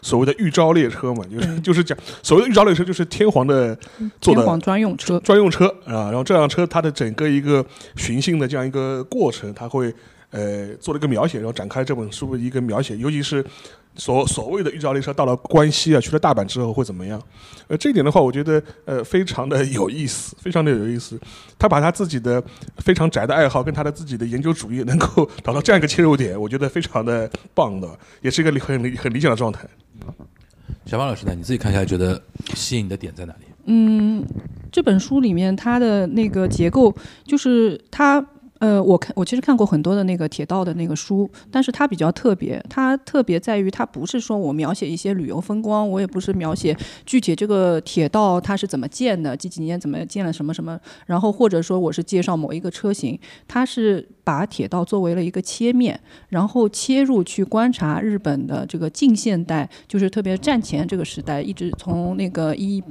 [SPEAKER 4] 所谓的预兆列车嘛，就是就是讲所谓的预兆列车就是天皇的做的
[SPEAKER 6] 嗯天皇专用车，
[SPEAKER 4] 专用车啊，然后这辆车它的整个一个寻衅的这样一个过程，它会呃做了一个描写，然后展开这本书的一个描写，尤其是所所谓的预兆列车到了关西啊，去了大阪之后会怎么样？呃，这一点的话，我觉得呃非常的有意思， 非常的有意思。他把他自己的非常宅的爱好跟他的自己的研究主义能够找到这样一个切入点，我觉得非常的棒的，也是一个理很理很理想的状态。
[SPEAKER 5] 小芳老师呢？你自己看下来，觉得吸引你的点在哪里？
[SPEAKER 6] 嗯，这本书里面它的那个结构，就是它，呃，我看我其实看过很多的那个铁道的那个书，但是它比较特别，它特别在于它不是说我描写一些旅游风光，我也不是描写具体这个铁道它是怎么建的，几几年怎么建了什么什么，然后或者说我是介绍某一个车型，它是把铁道作为了一个切面，然后切入去观察日本的这个近现代，就是特别战前这个时代，一直从那个一。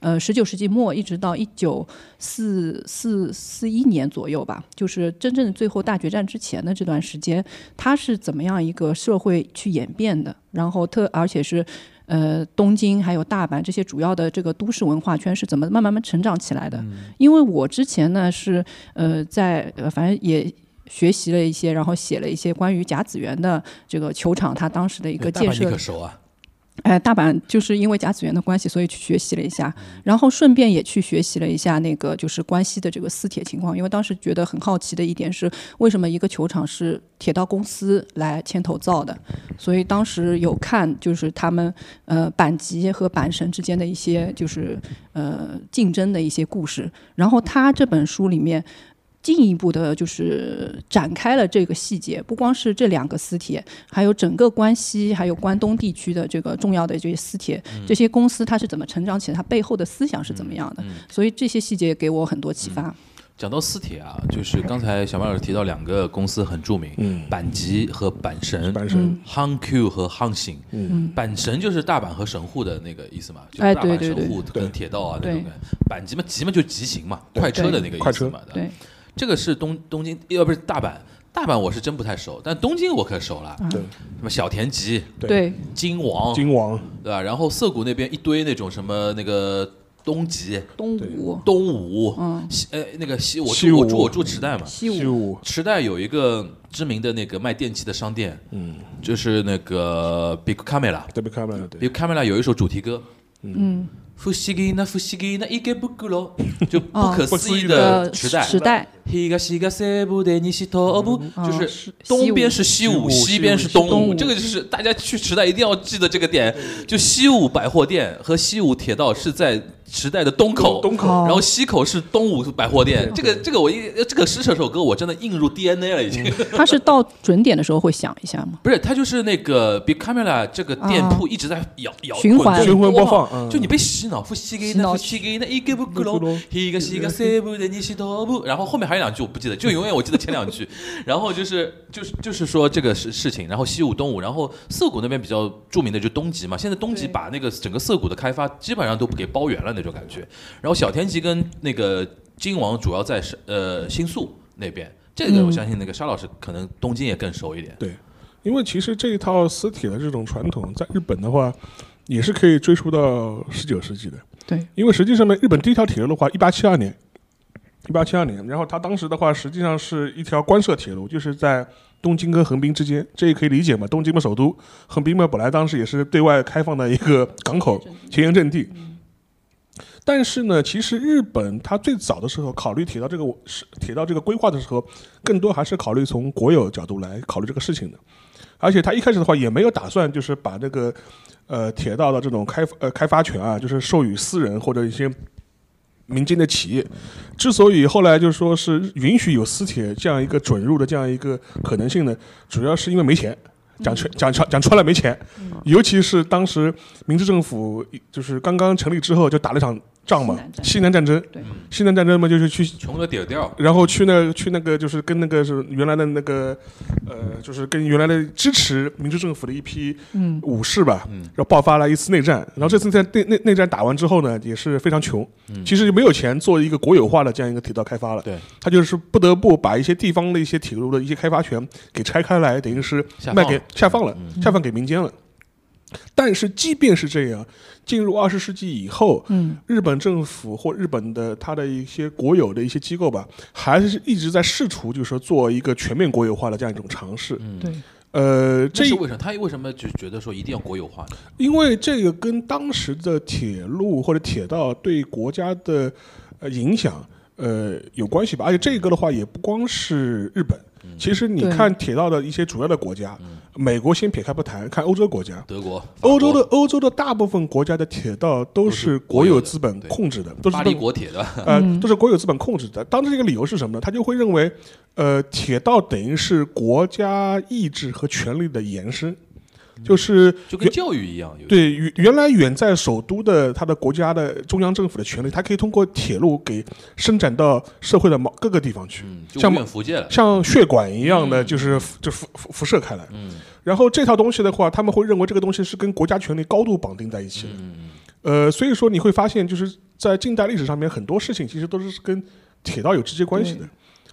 [SPEAKER 6] 呃，十九世纪末一直到一九四四四一年左右吧，就是真正最后大决战之前的这段时间，它是怎么样一个社会去演变的？然后特而且是，呃，东京还有大阪这些主要的这个都市文化圈是怎么慢慢慢成长起来的？
[SPEAKER 5] 嗯
[SPEAKER 6] 因为我之前呢是呃在呃反正也。学习了一些，然后写了一些关于甲子园的这个球场，它当时的一个
[SPEAKER 5] 大阪
[SPEAKER 6] 建设
[SPEAKER 5] 你可熟啊？
[SPEAKER 6] 哎，大阪就是因为甲子园的关系，所以去学习了一下，然后顺便也去学习了一下那个就是关西的这个私铁情况，因为当时觉得很好奇的一点是，为什么一个球场是铁道公司来牵头造的？所以当时有看就是他们呃阪急和阪神之间的一些就是呃竞争的一些故事，然后他这本书里面。进一步的，就是展开了这个细节，不光是这两个私铁，还有整个关西，还有关东地区的这个重要的这些私铁，
[SPEAKER 4] 嗯
[SPEAKER 6] 这些公司它是怎么成长起来，它背后的思想是怎么样
[SPEAKER 4] 嗯
[SPEAKER 6] 的，所以这些细节给我很多启发。
[SPEAKER 5] 讲到私铁啊，就是刚才小马老师提到两个公司很著名，
[SPEAKER 4] 嗯
[SPEAKER 5] 阪急和阪神，
[SPEAKER 4] 阪神，
[SPEAKER 5] 항 Q 和항行，
[SPEAKER 4] 嗯
[SPEAKER 5] 阪神就是大阪和神户的那个意思嘛，就
[SPEAKER 6] 哎
[SPEAKER 5] 大阪
[SPEAKER 6] 对
[SPEAKER 5] 神
[SPEAKER 6] 对
[SPEAKER 5] 户跟铁道啊那
[SPEAKER 6] 对
[SPEAKER 5] 种感觉。阪急嘛，急嘛就急行嘛，快车的那个意
[SPEAKER 4] 快
[SPEAKER 5] 思
[SPEAKER 4] 车
[SPEAKER 5] 嘛。吧，
[SPEAKER 6] 对，
[SPEAKER 5] 这个是东东京，要不是大阪，大阪我是真不太熟，但东京我可熟了。
[SPEAKER 4] 对，
[SPEAKER 5] 什么小田急、
[SPEAKER 4] 对
[SPEAKER 6] 嗯对，
[SPEAKER 5] 金王，
[SPEAKER 4] 金王，
[SPEAKER 5] 对吧？然后涩谷那边一堆那种什么那个东极、
[SPEAKER 6] 东吴，
[SPEAKER 5] 东武，
[SPEAKER 6] 嗯
[SPEAKER 5] 西呃那个西，我
[SPEAKER 4] 西
[SPEAKER 5] 住我住
[SPEAKER 4] 武
[SPEAKER 5] 我住池袋嘛，
[SPEAKER 6] 西
[SPEAKER 4] 西
[SPEAKER 6] 武，
[SPEAKER 4] 武，
[SPEAKER 5] 池袋有一个知名的那个卖电器的商店，嗯，就是那个 Big Camera。
[SPEAKER 4] 对，被看了，对，
[SPEAKER 5] 比如 Camera 有一首主题歌，
[SPEAKER 6] 嗯，
[SPEAKER 5] 不思議な不思議な池袋， 就不
[SPEAKER 6] 哦
[SPEAKER 5] 可
[SPEAKER 4] 不
[SPEAKER 5] 思
[SPEAKER 4] 思
[SPEAKER 5] 议
[SPEAKER 4] 议
[SPEAKER 5] 的
[SPEAKER 6] 呃
[SPEAKER 5] 池袋。
[SPEAKER 6] 时代，
[SPEAKER 5] 東が西部で西東部，
[SPEAKER 6] 嗯
[SPEAKER 5] 就是东边是西武，
[SPEAKER 4] 西武
[SPEAKER 5] 西边是东
[SPEAKER 6] 西武
[SPEAKER 5] 武。这个就是大家去池袋一定要记得这个点，就西武百货店和西武铁道是在池袋的东口，
[SPEAKER 4] 东口
[SPEAKER 6] 哦
[SPEAKER 5] 然后西口是东武百货店。这个这个我一这个是这首歌我真的印入 DNA 了已经。
[SPEAKER 6] 它是到准点的时候会响一下吗？啊
[SPEAKER 5] 不是，它就是那个 Big Camera 这个店铺一直在摇摇
[SPEAKER 6] 循环
[SPEAKER 5] 滚
[SPEAKER 4] 循环
[SPEAKER 5] 播
[SPEAKER 4] 播放嗯
[SPEAKER 5] 就你被洗脑，不洗给
[SPEAKER 6] 洗
[SPEAKER 5] 那
[SPEAKER 6] 脑
[SPEAKER 5] 不洗给那一个不咕
[SPEAKER 4] 咕
[SPEAKER 5] 噜
[SPEAKER 4] 噜，
[SPEAKER 5] 一个西个西不的你西头不，然后后面还有两句我不记得，就永远我记得前两 句，然后就是就是就是说这个事事情，然后西武东武，然后涩谷那边比较著名的就是东极嘛，现在东极
[SPEAKER 6] 对
[SPEAKER 5] 把那个整个涩谷的开发基本上都给包圆了那种感觉，然后小田急跟那个金王主要在是呃新宿那边。这
[SPEAKER 6] 嗯
[SPEAKER 5] 个我相信那个沙老师可能东京也更熟一点，
[SPEAKER 4] 对，因为其实这一套私铁的这种传统，在日本的话，也是可以追溯到十九世纪的。
[SPEAKER 6] 对，
[SPEAKER 4] 因为实际上呢，日本第一条铁路的话，一八七二年，一八七二年，然后它当时的话，实际上是一条官设铁路，就是在东京跟横滨之间，这也可以理解嘛。东京嘛，首都，横滨嘛，本来当时也是对外开放的一个港口前沿阵地。但是呢，其实日本它最早的时候考虑铁道这个是铁道这个规划的时候，更多还是考虑从国有角度来考虑这个事情的。而且他一开始的话也没有打算，就是把这个呃铁道的这种开呃开发权啊，就是授予私人或者一些民间的企业。之所以后来就说是允许有私铁这样一个准入的这样一个可能性呢，主要是因为没钱。讲穿讲穿讲穿了没钱，尤其是当时明治政府就是刚刚成立之后就打了一场仗嘛，西
[SPEAKER 6] 西
[SPEAKER 4] 南战争，
[SPEAKER 6] 对
[SPEAKER 4] 西南战争嘛就是去
[SPEAKER 5] 穷的底儿掉。
[SPEAKER 4] 然后去那去那个就是跟那个是原来的那个，呃，就是跟原来的支持明治政府的一批
[SPEAKER 6] 嗯
[SPEAKER 4] 武士吧，
[SPEAKER 5] 嗯
[SPEAKER 4] 然后爆发了一次内战。然后这次在内内内战打完之后呢，也是非常穷，其实没有钱做一个国有化的这样一个铁道开发了。
[SPEAKER 5] 嗯对，
[SPEAKER 4] 他就是不得不把一些地方的一些铁路的一些开发权给拆开来，等于是
[SPEAKER 5] 下
[SPEAKER 4] 卖
[SPEAKER 5] 放嗯
[SPEAKER 4] 给
[SPEAKER 5] 了
[SPEAKER 4] 下放了，下放给民间了。但是即便是这样，进入二十世纪以后，
[SPEAKER 6] 嗯，
[SPEAKER 4] 日本政府或日本的它的一些国有的一些机构吧，还是一直在试图，就是说做一个全面国有化的这样一种尝试。
[SPEAKER 6] 对，
[SPEAKER 4] 呃，这
[SPEAKER 5] 这嗯是为什么？他为什么就觉得说一定要国有化呢？
[SPEAKER 4] 因为这个跟当时的铁路或者铁道对国家的呃影响。呃有关系吧。而且这个的话，也不光是日本，其实你
[SPEAKER 6] 对
[SPEAKER 4] 看铁道的一些主要的国家，美国先撇开不谈，看欧洲国家。
[SPEAKER 5] 德国、
[SPEAKER 4] 欧洲的
[SPEAKER 5] 法
[SPEAKER 4] 欧洲的大部分国家的铁道都
[SPEAKER 5] 是
[SPEAKER 4] 是
[SPEAKER 5] 国
[SPEAKER 4] 国
[SPEAKER 5] 有
[SPEAKER 4] 有
[SPEAKER 5] 的
[SPEAKER 4] 资本
[SPEAKER 5] 对
[SPEAKER 4] 控制的，
[SPEAKER 5] 国
[SPEAKER 4] 都是
[SPEAKER 5] 巴
[SPEAKER 4] 被
[SPEAKER 5] 黎国铁的，
[SPEAKER 4] 呃，都是国有资本控制的。当时这个理由是什么呢？他就会认为，呃，铁道等于是国家意志和权力的延伸，就是
[SPEAKER 5] 就跟
[SPEAKER 4] 原
[SPEAKER 5] 教育一样，有
[SPEAKER 4] 对原原来远在首都的他的国家的中央政府的权力，它可以通过铁路给伸展到社会的某各个地方去。
[SPEAKER 5] 嗯，就
[SPEAKER 4] 像
[SPEAKER 5] 无远弗届了，
[SPEAKER 4] 像血管一样
[SPEAKER 5] 嗯
[SPEAKER 4] 的，就是辐就辐辐辐射开来。然后这套东西的话，他们会认为这个东西是跟国家权力高度绑定在一起的。
[SPEAKER 5] 嗯
[SPEAKER 4] 呃，所以说你会发现，就是在近代历史上面，很多事情其实都是跟铁道有直接关系的
[SPEAKER 6] 对。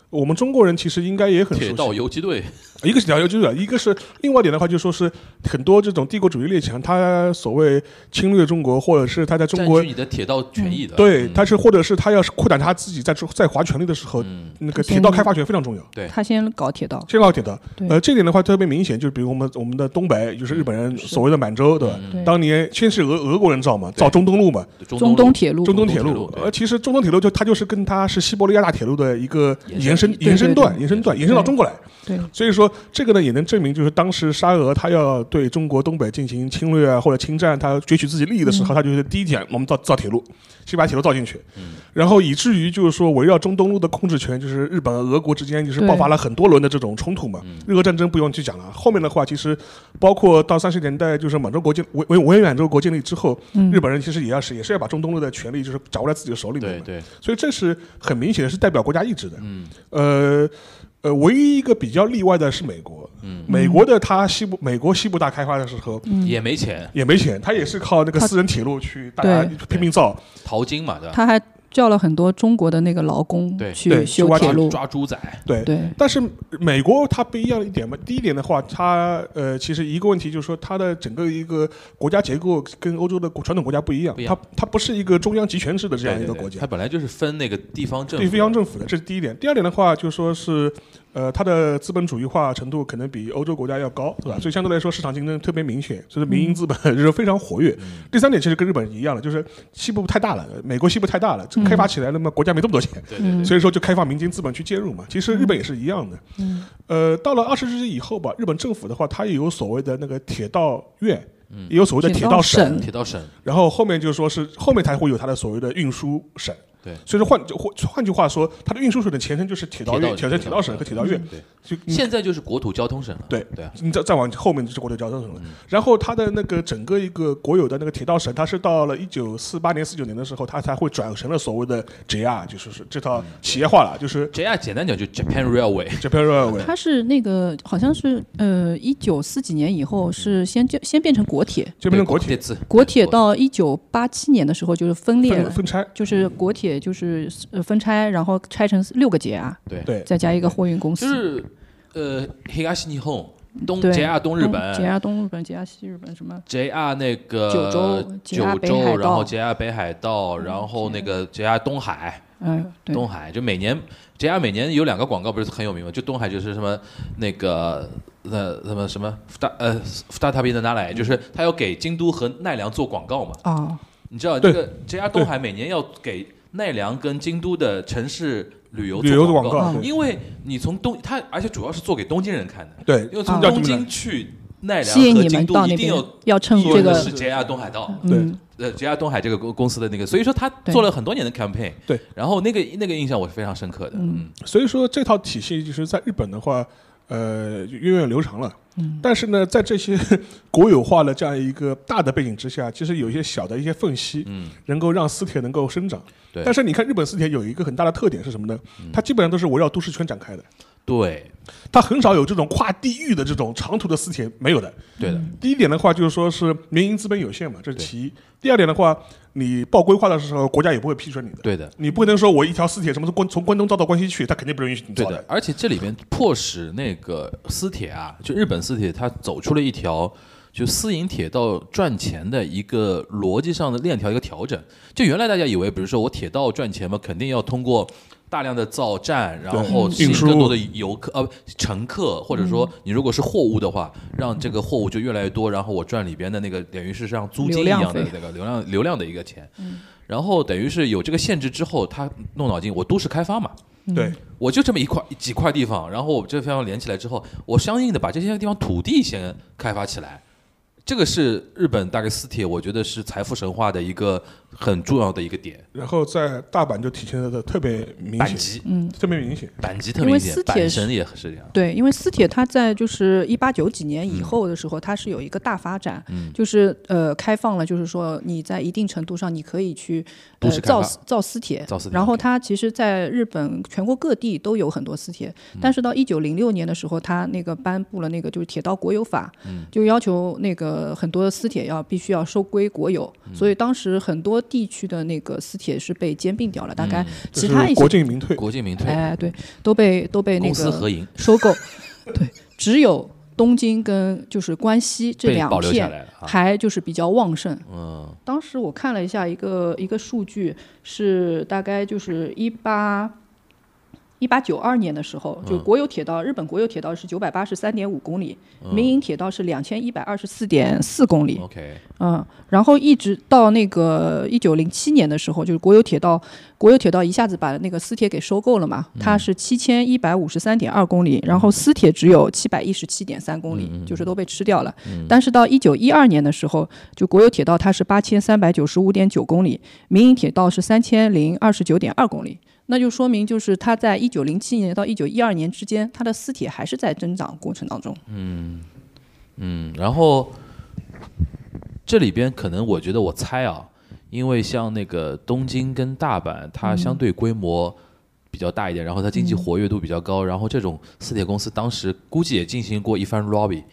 [SPEAKER 4] 我们中国人其实应该也很
[SPEAKER 5] 铁道
[SPEAKER 4] 熟悉，
[SPEAKER 5] 游击队，
[SPEAKER 4] 一个是铁道游击队，一个是另外一点的话，就说是很多这种帝国主义列强，他所谓侵略中国，或者是他在中
[SPEAKER 5] 占
[SPEAKER 4] 国
[SPEAKER 5] 据你的铁道权益的，
[SPEAKER 4] 对，
[SPEAKER 5] 嗯
[SPEAKER 4] 他是或者是他要是扩展他自己在中在华权力的时候，
[SPEAKER 5] 嗯
[SPEAKER 4] 那个铁道开发权非常重要。
[SPEAKER 5] 对
[SPEAKER 6] 他先搞铁道，
[SPEAKER 4] 这老铁的，
[SPEAKER 6] 对
[SPEAKER 4] 呃，这点的话特别明显，就是比如我们我们的东北，就是日本人所谓的满洲，对吧？
[SPEAKER 6] 对
[SPEAKER 4] 当年先是俄俄国人造嘛，造中东路嘛，
[SPEAKER 6] 中东
[SPEAKER 5] 东
[SPEAKER 6] 铁路，
[SPEAKER 4] 中东铁
[SPEAKER 5] 中东铁
[SPEAKER 4] 路
[SPEAKER 5] 路。对
[SPEAKER 4] 呃，其实中东铁路就它就是跟它是西伯利亚大铁路的一个
[SPEAKER 5] 延
[SPEAKER 4] 延
[SPEAKER 5] 伸
[SPEAKER 4] 伸
[SPEAKER 6] 对
[SPEAKER 4] 延伸段
[SPEAKER 6] 对
[SPEAKER 4] 延伸段延伸到中国来。
[SPEAKER 6] 对
[SPEAKER 4] 所以说这个呢也能证明，就是当时沙俄他要对中国东北进行侵略啊或者侵占，他攫取自己利益的
[SPEAKER 6] 嗯
[SPEAKER 4] 时候，他就是第一点我们造造铁路，先把铁路造进去，
[SPEAKER 6] 嗯
[SPEAKER 4] 然后以至于就是说围绕中东路的控制权，就是日本和俄国之间就是
[SPEAKER 6] 对
[SPEAKER 4] 爆发了很多轮的这种冲突嘛。
[SPEAKER 6] 嗯
[SPEAKER 4] 日俄战争不用去讲了，后面的话其实包括到三十年代就是满洲国建维维维也纳洲国建立之后，
[SPEAKER 6] 嗯
[SPEAKER 4] 日本人其实也要是也是要把中东路的权利就是掌握在自己手里面
[SPEAKER 5] 对
[SPEAKER 4] 嘛。
[SPEAKER 5] 对，
[SPEAKER 4] 所以这是很明显的是代表国家意志的。呃呃，唯一一个比较例外的是美国。嗯，美国的它西部美国西部大开发的时候。
[SPEAKER 6] 嗯
[SPEAKER 5] 也没钱，
[SPEAKER 4] 也没钱，它也是靠那个
[SPEAKER 6] 它
[SPEAKER 4] 私人铁路去大家
[SPEAKER 6] 对
[SPEAKER 4] 拼命造，
[SPEAKER 5] 淘金嘛，对吧？
[SPEAKER 6] 他还叫了很多中国的那个劳工
[SPEAKER 5] 对
[SPEAKER 6] 去
[SPEAKER 4] 对
[SPEAKER 6] 修
[SPEAKER 4] 去挖
[SPEAKER 6] 铁
[SPEAKER 4] 铁
[SPEAKER 6] 路，
[SPEAKER 5] 抓猪仔，
[SPEAKER 4] 对。
[SPEAKER 6] 对
[SPEAKER 4] 但是美国它不一样一点嘛，第一点的话，它呃，其实一个问题就是说，它的整个一个国家结构跟欧洲的传统国家不一样，
[SPEAKER 5] 不一样
[SPEAKER 4] 它它不是一个中央集权制的这样
[SPEAKER 5] 对
[SPEAKER 4] 一个
[SPEAKER 5] 对
[SPEAKER 4] 国家
[SPEAKER 5] 它，本来就是分那个地方政府
[SPEAKER 4] 对
[SPEAKER 5] 的，
[SPEAKER 4] 中央政府的，这是第一点。第二点的话，就说是，呃，它的资本主义化程度可能比欧洲国家要高，
[SPEAKER 5] 嗯
[SPEAKER 4] 对吧？所以相对来说，市场竞争特别明显，所以民营资本就是非常活跃。第三点其实跟日本一样了，就是西部太大了，呃美国西部太大了，这开发起来了嘛，国家没这么多钱，
[SPEAKER 5] 嗯对对对，
[SPEAKER 4] 所以说就开放民间资本去介入嘛。其实日本也是一样的。
[SPEAKER 6] 嗯
[SPEAKER 4] 呃，到了二十世纪以后吧，日本政府的话，它也有所谓的那个铁道院，
[SPEAKER 5] 嗯
[SPEAKER 4] 也有所谓的
[SPEAKER 6] 铁
[SPEAKER 4] 铁
[SPEAKER 6] 道
[SPEAKER 4] 道
[SPEAKER 6] 省
[SPEAKER 4] 省，
[SPEAKER 5] 铁道省
[SPEAKER 4] 然后后面就是说是后面才会有它的所谓的运输省。
[SPEAKER 5] 对
[SPEAKER 4] 所以说换就换换句话说，它的运输省的前身就是铁道
[SPEAKER 5] 铁道
[SPEAKER 4] 院、铁道铁道省和铁道院。嗯
[SPEAKER 5] 对，
[SPEAKER 4] 就你
[SPEAKER 5] 现在就是国土交通省了，
[SPEAKER 4] 对
[SPEAKER 5] 对啊，
[SPEAKER 4] 你再再往后面就是国土交通省了。然后它的那个整个一个国有的那个铁道省，它是到了一九四八年、四九年的时候，它才会转成了所谓的 JR，就是是这套企业化了，就是
[SPEAKER 5] 这样简单讲就 Japan Railway，
[SPEAKER 4] Japan Railway。
[SPEAKER 6] 他是那个好像是呃一九四几年以
[SPEAKER 4] 嗯
[SPEAKER 6] 后是先就先变成国铁，
[SPEAKER 4] 就变成
[SPEAKER 5] 国
[SPEAKER 4] 国铁
[SPEAKER 5] 字，
[SPEAKER 6] 国铁到一九八七年的时候就是分裂
[SPEAKER 4] 分
[SPEAKER 6] 了，
[SPEAKER 4] 分嗯拆，
[SPEAKER 6] 就是国铁就是呃分拆，然后拆成六个节啊，
[SPEAKER 5] 对，
[SPEAKER 4] 对
[SPEAKER 6] 再加一个货运公
[SPEAKER 5] 就
[SPEAKER 6] 司，
[SPEAKER 5] 是呃 h i g a s h i n i h o n 东
[SPEAKER 6] 对
[SPEAKER 5] JR 东日本
[SPEAKER 6] 节啊东日本，节啊西日本什么。
[SPEAKER 5] JR 那个
[SPEAKER 6] 九州
[SPEAKER 5] 九
[SPEAKER 6] JR 北海
[SPEAKER 5] 州，
[SPEAKER 6] 道
[SPEAKER 5] 然后 JR 北海道，然后那个 JR 东海，
[SPEAKER 6] 嗯，对，
[SPEAKER 5] 东海就每年 JR 每年有两个广告不是很有名吗？就东海就是什么那个呃什么什么福大呃福大塔比的拿来，就是他要给京都和奈良做广告嘛。
[SPEAKER 6] 啊，
[SPEAKER 5] 你知道这
[SPEAKER 4] 对
[SPEAKER 5] 个 JR 东海每年要给奈良跟京都的城市旅游做
[SPEAKER 4] 旅游的
[SPEAKER 5] 广
[SPEAKER 4] 广
[SPEAKER 5] 告，
[SPEAKER 4] 告，
[SPEAKER 6] 嗯
[SPEAKER 4] 对
[SPEAKER 5] 因为你从东它而且主要是做给东京人看的，
[SPEAKER 4] 对，
[SPEAKER 5] 因为从
[SPEAKER 6] 啊
[SPEAKER 5] 东京去奈
[SPEAKER 6] 吸
[SPEAKER 5] 良
[SPEAKER 6] 引
[SPEAKER 5] 和
[SPEAKER 6] 你
[SPEAKER 5] 京
[SPEAKER 6] 们
[SPEAKER 5] 都
[SPEAKER 6] 到
[SPEAKER 5] 一
[SPEAKER 6] 那
[SPEAKER 5] 定
[SPEAKER 6] 边
[SPEAKER 5] 要
[SPEAKER 6] 要趁
[SPEAKER 5] 做
[SPEAKER 6] 这
[SPEAKER 5] 的
[SPEAKER 6] 个
[SPEAKER 5] 是 JR 东海道。
[SPEAKER 4] 对
[SPEAKER 6] 嗯，
[SPEAKER 5] 呃，JR 东海这个公公司的那个，所以说他
[SPEAKER 6] 对
[SPEAKER 5] 做了很多年的 campaign，
[SPEAKER 4] 对，
[SPEAKER 5] 然后那个那个印象我是非常深刻的，嗯，
[SPEAKER 4] 所以说这套体系就是在日本的话，呃，就源远流长了。但是呢，在这些 国有化的这样一个大的背景之下，其实有一些小的一些缝隙，
[SPEAKER 5] 嗯
[SPEAKER 4] 能够让私铁能够生长。
[SPEAKER 5] 对嗯
[SPEAKER 4] 但是你看日本私铁有一个很大的特点是什么呢？它基本上都是围绕都市圈展开的，
[SPEAKER 5] 对，
[SPEAKER 4] 它很少有这种跨地域的这种长途的私铁没有的。
[SPEAKER 5] 对
[SPEAKER 6] 嗯
[SPEAKER 5] 的，
[SPEAKER 4] 第一点的话，就是说是民营资本有限嘛，这是其一。第二点的话，你报规划的时候，国家也不会批准你的。
[SPEAKER 5] 对的，
[SPEAKER 4] 你不能说我一条私铁什么从关从关东造到关西去，他肯定不允许你
[SPEAKER 5] 对
[SPEAKER 4] 造
[SPEAKER 5] 的。。而且这里边迫使那个私铁啊，就日本私铁，它走出了一条就私营铁道赚钱的一个逻辑上的链条一个调整。就原来大家以为，比如说我铁道赚钱嘛，肯定要通过大量的造站，然
[SPEAKER 4] 对
[SPEAKER 5] 后吸引
[SPEAKER 4] 运输
[SPEAKER 5] 更多的游客呃乘客，或者说你如果是货物的话，让这个货物就越来越多，然后我赚里边的那个等于是像租金
[SPEAKER 6] 流
[SPEAKER 5] 一
[SPEAKER 6] 量
[SPEAKER 5] 样的
[SPEAKER 6] 费
[SPEAKER 5] 那个流量流量的一个钱。然后等于是有这个限制之后，他动脑筋，我都市开发嘛，
[SPEAKER 4] 对，
[SPEAKER 5] 我就这么一块几块地方，然后我这地方连起来之后，我相应的把这些地方土地先开发起来。这个是日本大概私铁，我觉得是财富神话的一个很重要的一个点，
[SPEAKER 4] 然后在大阪就体现的特别明
[SPEAKER 5] 板
[SPEAKER 4] 显，
[SPEAKER 5] 级，
[SPEAKER 4] 特别明显。
[SPEAKER 5] 板级特
[SPEAKER 6] 嗯因
[SPEAKER 5] 明
[SPEAKER 6] 为
[SPEAKER 5] 显
[SPEAKER 6] 私，铁
[SPEAKER 5] 板
[SPEAKER 6] 是
[SPEAKER 5] 神也是这样。
[SPEAKER 6] 对，因为私铁它在就是一八九几年
[SPEAKER 5] 嗯
[SPEAKER 6] 以后的时候，它是有一个大发展，就是呃开放了，就是说你在一定程度上你可以去
[SPEAKER 5] 都
[SPEAKER 6] 呃
[SPEAKER 5] 市开
[SPEAKER 6] 造
[SPEAKER 5] 发
[SPEAKER 6] 私造私铁，
[SPEAKER 5] 造私铁
[SPEAKER 6] 然后
[SPEAKER 5] OK
[SPEAKER 6] 它其实在日本全国各地都有很多私铁，
[SPEAKER 5] 嗯
[SPEAKER 6] 但是到一九零六年的时候，它那个颁布了那个就是铁道国有法，
[SPEAKER 5] 嗯
[SPEAKER 6] 就要求那个很多私铁要必须要收归国有，
[SPEAKER 5] 嗯
[SPEAKER 6] 所以当时很多地区的那个私铁是被兼并掉了，大概
[SPEAKER 4] 就
[SPEAKER 6] 其他
[SPEAKER 4] 是
[SPEAKER 6] 一些
[SPEAKER 4] 国进民退，
[SPEAKER 5] 嗯国进民退，
[SPEAKER 6] 哎对都被都被那
[SPEAKER 5] 公
[SPEAKER 6] 个
[SPEAKER 5] 私合营
[SPEAKER 6] 收购，对，只有东京跟就是关西这
[SPEAKER 5] 被
[SPEAKER 6] 两
[SPEAKER 5] 保留下
[SPEAKER 6] 片
[SPEAKER 5] 来了啊。
[SPEAKER 6] 还就是比较旺盛。
[SPEAKER 5] 嗯，
[SPEAKER 6] 当时我看了一下一个一个数据，是大概就是一八一八九二年的时
[SPEAKER 5] 嗯
[SPEAKER 6] 候，就国有铁道，日本国有铁道是九百八十三点五公里，
[SPEAKER 5] 嗯
[SPEAKER 6] 民营铁道是两千一百二十四点四公里。
[SPEAKER 5] OK，
[SPEAKER 6] 嗯，然后一直到那个一九零七年的时候，就是国有铁道，国有铁道一下子把那个私铁给收购了嘛，
[SPEAKER 5] 嗯
[SPEAKER 6] 它是七千一百五十三点二公里，然后私铁只有七百一十七点三公
[SPEAKER 5] 嗯
[SPEAKER 6] 里，就是都被吃掉了。但是到一九一二年的时候，就国有铁道它是八千三百九十五点九公里，民营铁道是三千零二十九点二公里。那就说明，就是它在一九零七年到一九一二年之间，它的私铁还是在增长过程当中。
[SPEAKER 5] 嗯，然后这里边可能我觉得我猜啊，因为像那个东京跟大阪，它
[SPEAKER 6] 嗯
[SPEAKER 5] 相对规模比较大一点，然后它经济活跃度比较高，然后这种私铁公司当时估计也进行过一番 lobby，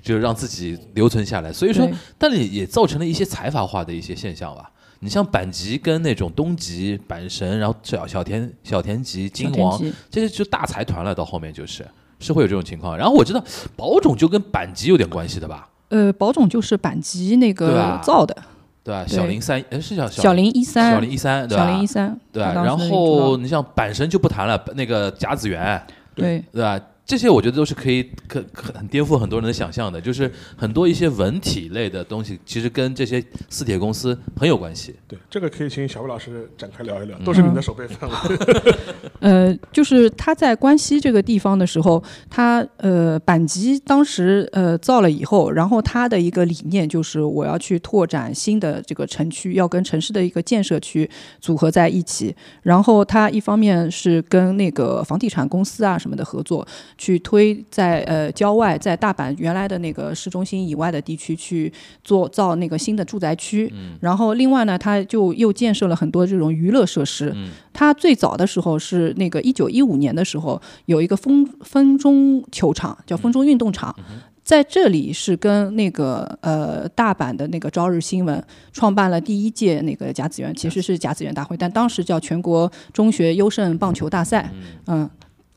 [SPEAKER 5] 就是 让自己留存下来。所以说
[SPEAKER 6] 对，
[SPEAKER 5] 但也也造成了一些财阀化的一些现象吧。你像阪急跟那种东急、阪神，然后小小田小田急、金王
[SPEAKER 6] 小田急
[SPEAKER 5] 这些就大财团了，到后面就是是会有这种情况。然后我知道宝冢就跟阪急有点关系的吧，
[SPEAKER 6] 呃，宝冢就是阪急
[SPEAKER 5] 对
[SPEAKER 6] 那个
[SPEAKER 5] 吧
[SPEAKER 6] 造的，
[SPEAKER 5] 对吧？
[SPEAKER 6] 对
[SPEAKER 5] 小林三，哎，是叫
[SPEAKER 6] 小
[SPEAKER 5] 林
[SPEAKER 6] 林一三，
[SPEAKER 5] 小林一三，对吧？
[SPEAKER 6] 小林一三，
[SPEAKER 5] 对
[SPEAKER 6] 他
[SPEAKER 5] 吧？
[SPEAKER 6] 当时
[SPEAKER 5] 然
[SPEAKER 6] 那个
[SPEAKER 5] 后
[SPEAKER 6] 主
[SPEAKER 5] 你像阪神就不谈了，那个甲子园，
[SPEAKER 6] 导对
[SPEAKER 5] 对吧？这些我觉得都是可以可可很颠覆很多人的想象的，就是很多一些文体类的东西，其实跟这些私铁公司很有关系。
[SPEAKER 4] 对，这个可以请小魏老师展开聊一
[SPEAKER 6] 嗯
[SPEAKER 4] 聊，都是你的手背范围。
[SPEAKER 6] 呃，就是他在关西这个地方的时候，他呃阪急当时呃造了以后，然后他的一个理念就是我要去拓展新的这个城区，要跟城市的一个建设区组合在一起。然后他一方面是跟那个房地产公司啊什么的合作，去推在呃郊外，在大阪原来的那个市中心以外的地区去做造那个新的住宅区。然后另外呢，他就又建设了很多这种娱乐设施。它最早的时候是那个一九一五年的时候，有一个风风中球场，叫风中运动场。在这里是跟那个呃大阪的那个朝日新闻创办了第一届那个甲子园，其实是甲子园大会，但当时叫全国中学优胜棒球大赛，嗯，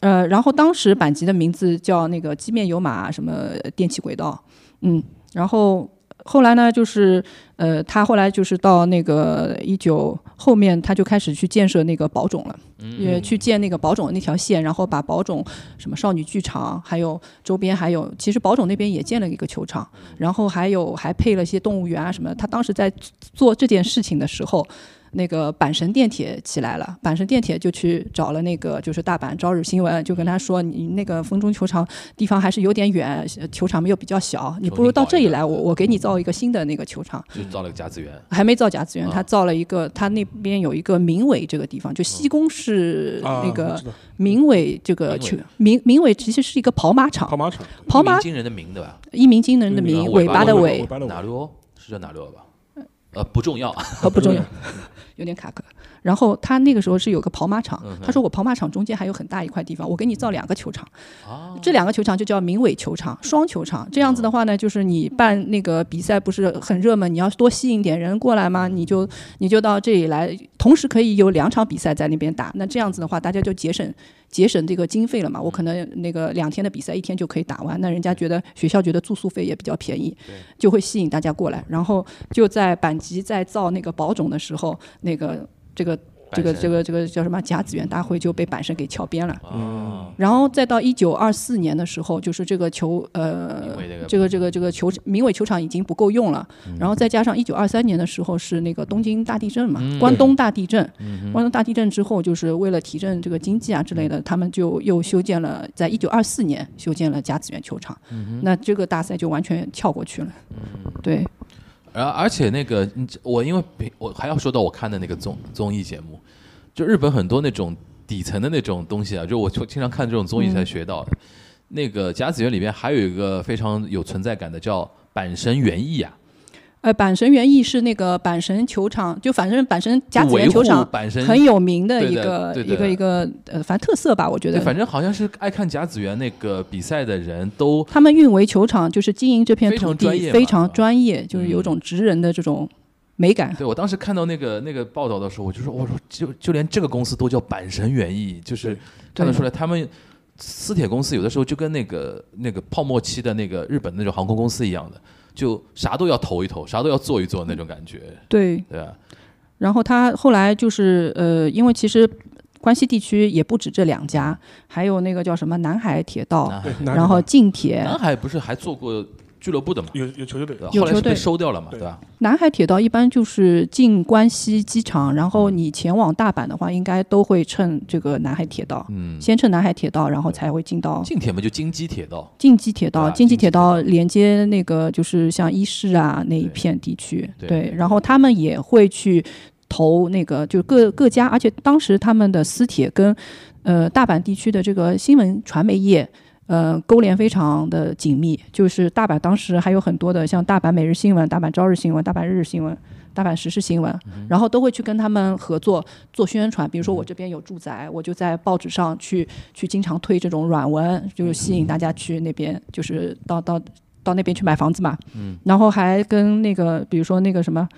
[SPEAKER 6] 呃，然后当时阪急的名字叫那个机面有马什么电气轨道，嗯，然后后来呢，就是呃，他后来就是到那个一九后面，他就开始去建设那个宝冢了，也去建那个宝冢那条线，然后把宝冢什么少女剧场，还有周边还有，其实宝冢那边也建了一个球场，然后还有还配了一些动物园啊什么的。他当时在做这件事情的时候。那个阪神电铁起来了，阪神电铁就去找了那个就是大阪朝日新闻，就跟他说你那个风中球场地方还是有点远，呃球场又比较小，你不如到这里来，我我给你造一个新的那个球场。
[SPEAKER 5] 就造了个甲子园，
[SPEAKER 6] 还没造甲子园，
[SPEAKER 5] 啊
[SPEAKER 6] 他造了一个，他那边有一个明尾这个地方，就西宫市
[SPEAKER 4] 啊
[SPEAKER 6] 嗯那
[SPEAKER 4] 我
[SPEAKER 6] 个
[SPEAKER 4] 知道
[SPEAKER 6] 啊明尾这个
[SPEAKER 5] 明尾
[SPEAKER 6] 球明明尾其实是一个跑马
[SPEAKER 4] 跑
[SPEAKER 6] 场，
[SPEAKER 4] 马场，
[SPEAKER 6] 跑
[SPEAKER 5] 一
[SPEAKER 6] 马
[SPEAKER 5] 鸣惊人的名，对吧？
[SPEAKER 6] 一鸣惊人的
[SPEAKER 4] 一鸣
[SPEAKER 6] 鸣，
[SPEAKER 5] 尾
[SPEAKER 6] 尾
[SPEAKER 5] 巴
[SPEAKER 6] 巴
[SPEAKER 5] 的
[SPEAKER 6] 的
[SPEAKER 4] 尾
[SPEAKER 6] 尾，
[SPEAKER 4] 巴的尾
[SPEAKER 5] 哪路哦？是叫哪路吧？呃，不重要，
[SPEAKER 6] 呃 不重要，有点卡壳。然后他那个时候是有个跑马场，他说我跑马场中间还有很大一块地方，我给你造两个球场，这两个球场就叫明尾球场、双球场。这样子的话呢，就是你办那个比赛不是很热门，你要多吸引点人过来嘛，你就你就到这里来，同时可以有两场比赛在那边打。那这样子的话，大家就节省节省这个经费了嘛。我可能那个两天的比赛一天就可以打完，那人家觉得学校觉得住宿费也比较便宜，就会吸引大家过来。然后就在阪急在造那个宝冢的时候，那个这个
[SPEAKER 5] 阪
[SPEAKER 6] 这
[SPEAKER 5] 神
[SPEAKER 6] 个这个这个叫什么甲子园大会就被阪神给翘编了。
[SPEAKER 5] 啊，
[SPEAKER 6] 然后再到一九二四年的时候，就是这个球呃
[SPEAKER 5] 因为这嗯个
[SPEAKER 6] 这个这个这个球民委球场已经不够用了，然后再加上一九二三年的时候是那个东京大地震嘛，
[SPEAKER 5] 嗯
[SPEAKER 6] 关东大地震，关东大地震之后，就是为了提振这个经济啊之类
[SPEAKER 5] 嗯
[SPEAKER 6] 的，他们就又修建了，在一九二四年修建了甲子园球场，
[SPEAKER 5] 嗯
[SPEAKER 6] 那这个大赛就完全跳过去了，对，
[SPEAKER 5] 然后而且那个你我因为平我还要说到我看的那个综综艺节目，就日本很多那种底层的那种东西啊，就我就经常看这种综
[SPEAKER 6] 嗯
[SPEAKER 5] 艺才学到的。那个甲子园里面还有一个非常有存在感的叫阪神园艺啊，
[SPEAKER 6] 呃，阪神园艺是那个阪神球场，就反正阪神甲子
[SPEAKER 5] 维
[SPEAKER 6] 园
[SPEAKER 5] 护
[SPEAKER 6] 球场
[SPEAKER 5] 阪神
[SPEAKER 6] 很有名的
[SPEAKER 5] 对
[SPEAKER 6] 一
[SPEAKER 5] 的
[SPEAKER 6] 个
[SPEAKER 5] 对
[SPEAKER 6] 一
[SPEAKER 5] 的
[SPEAKER 6] 个一个呃，反正特色吧，我觉
[SPEAKER 5] 对，
[SPEAKER 6] 得。
[SPEAKER 5] 反正好像是爱看甲子园那个比赛的人都
[SPEAKER 6] 他们运维球场就是经营这片
[SPEAKER 5] 非常
[SPEAKER 6] 土
[SPEAKER 5] 专业
[SPEAKER 6] 地
[SPEAKER 5] 嘛
[SPEAKER 6] 非常专业，就是
[SPEAKER 5] 嗯
[SPEAKER 6] 有种职人的这种美感。
[SPEAKER 5] 对我当时看到那个那个报道的时候，我就说，我说就就连这个公司都叫阪神园艺，就是看得出来他们私铁公司有的时候就跟那个那个泡沫期的那个日本那种航空公司一样的，就啥都要投一投，啥都要做一做那种感觉，
[SPEAKER 6] 对，
[SPEAKER 5] 对吧？
[SPEAKER 6] 然后他后来就是呃，因为其实关西地区也不止这两家，还有那个叫什么南海铁道，
[SPEAKER 5] 南
[SPEAKER 4] 对
[SPEAKER 5] 海，
[SPEAKER 4] 南
[SPEAKER 6] 然后近铁。
[SPEAKER 5] 南海不是还做过俱乐部的嘛？
[SPEAKER 4] 有有球队
[SPEAKER 5] 对吧？
[SPEAKER 6] 有
[SPEAKER 5] 后来是
[SPEAKER 6] 球队
[SPEAKER 5] 被收掉了嘛，
[SPEAKER 4] 对
[SPEAKER 5] 对吧？
[SPEAKER 6] 南海铁道一般就是进关西机场，然后你前往大阪的话，应该都会乘这个南海铁道，
[SPEAKER 5] 嗯，
[SPEAKER 6] 先乘南海铁道，然后才会进到
[SPEAKER 5] 近铁嘛就京畿铁道，
[SPEAKER 6] 近畿铁
[SPEAKER 5] 对啊
[SPEAKER 6] 道，
[SPEAKER 5] 吧
[SPEAKER 6] 近畿铁道
[SPEAKER 5] 近
[SPEAKER 6] 连接那个就是像伊势啊那一片地区，
[SPEAKER 5] 对对
[SPEAKER 6] 然后他们也会去投那个，就各各家，而且当时他们的私铁跟呃大阪地区的这个新闻传媒业。呃，勾连非常的紧密，就是大阪当时还有很多的像大阪每日新闻、大阪朝日新闻、大阪日日新闻、大阪时事新闻，
[SPEAKER 5] 嗯
[SPEAKER 6] 然后都会去跟他们合作做宣传。比如说我这边有住宅，我就在报纸上去去经常推这种软文，就是吸引大家去那边，就是到到到那边去买房子嘛。嗯，然后还跟那个，比如说那个什么，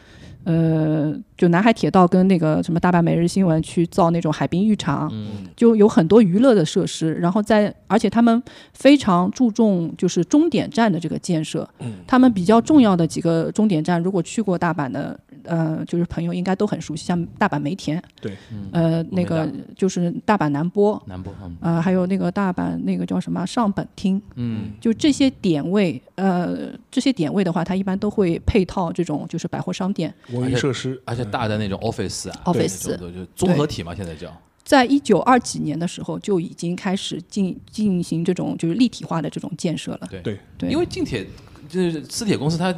[SPEAKER 6] 呃，就南海铁道跟那个什么大阪每日新闻去造那种海滨浴场，
[SPEAKER 5] 嗯，
[SPEAKER 6] 就有很多娱乐的设施。然后在，而且他们非常注重就是终点站的这个建设。嗯，他们比较重要的几个终点站，如果去过大阪的。呃，就是朋友应该都很熟悉，像大阪梅田，
[SPEAKER 4] 对，
[SPEAKER 6] 呃，那
[SPEAKER 5] 我
[SPEAKER 6] 个
[SPEAKER 5] 明
[SPEAKER 6] 就是大阪南波，
[SPEAKER 5] 南波，嗯
[SPEAKER 6] 呃，还有那个大阪那个叫什么上本町，
[SPEAKER 5] 嗯，
[SPEAKER 6] 就这些点位，呃，这些点位的话，它一般都会配套这种就是百货商店。
[SPEAKER 4] 文
[SPEAKER 5] 而
[SPEAKER 4] 娱
[SPEAKER 5] 且
[SPEAKER 4] 设施，
[SPEAKER 5] 而且
[SPEAKER 6] 嗯
[SPEAKER 5] 大的那种 office 啊
[SPEAKER 6] Office
[SPEAKER 5] 那种就就综合体嘛，现在叫。
[SPEAKER 6] 在一九二几年的时候，就已经开始进进行这种就是立体化的这种建设了。
[SPEAKER 4] 对
[SPEAKER 6] 对
[SPEAKER 5] 因为近铁就是私铁公司，它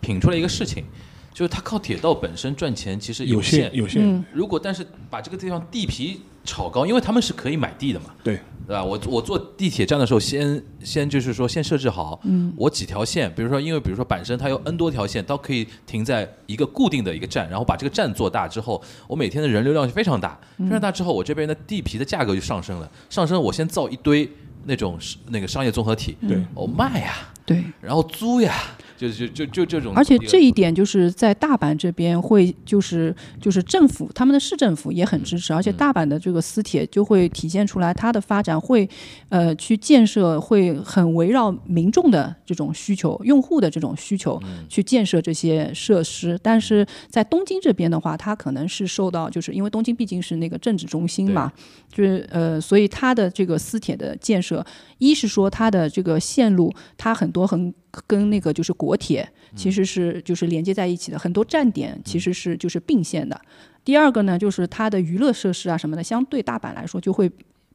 [SPEAKER 5] 品出来一个事情，就是它靠铁道本身赚钱其实
[SPEAKER 4] 有
[SPEAKER 5] 限。
[SPEAKER 4] 限有限，
[SPEAKER 6] 嗯，
[SPEAKER 5] 如果但是把这个地方地皮炒高，因为他们是可以买地的嘛，
[SPEAKER 4] 对，
[SPEAKER 5] 对吧？我我坐地铁站的时候先，先就是说先设置好，嗯，我几条线，比如说因为比如说阪神它有 N 多条线，它可以停在一个固定的一个站，然后把这个站做大之后，我每天的人流量是非常大，非常大之后，我这边的地皮的价格就上升了，上升我先造一堆那种那个商业综合体，
[SPEAKER 4] 对，
[SPEAKER 5] 我卖啊呀、
[SPEAKER 6] 对。
[SPEAKER 5] 然后租呀，就就就就这种。
[SPEAKER 6] 而且这一点就是在大阪这边会，就是就是政府他们的市政府也很支持，而且大阪的这个私铁就会体现出来它的发展会，呃，去建设会很围绕民众的这种需求、用户的这种需求去建设这些设施。但是在东京这边的话，它可能是受到就是因为东京毕竟是那个政治中心嘛，就是呃，所以它的这个私铁的建设，一是说它的这个线路，它很多很跟那个就是国铁
[SPEAKER 4] 嗯
[SPEAKER 6] 其实是就是连接在一起的，很多站点其实是就是并线的。第二个呢，就是它的娱乐设施啊什么的，相对大阪来说就会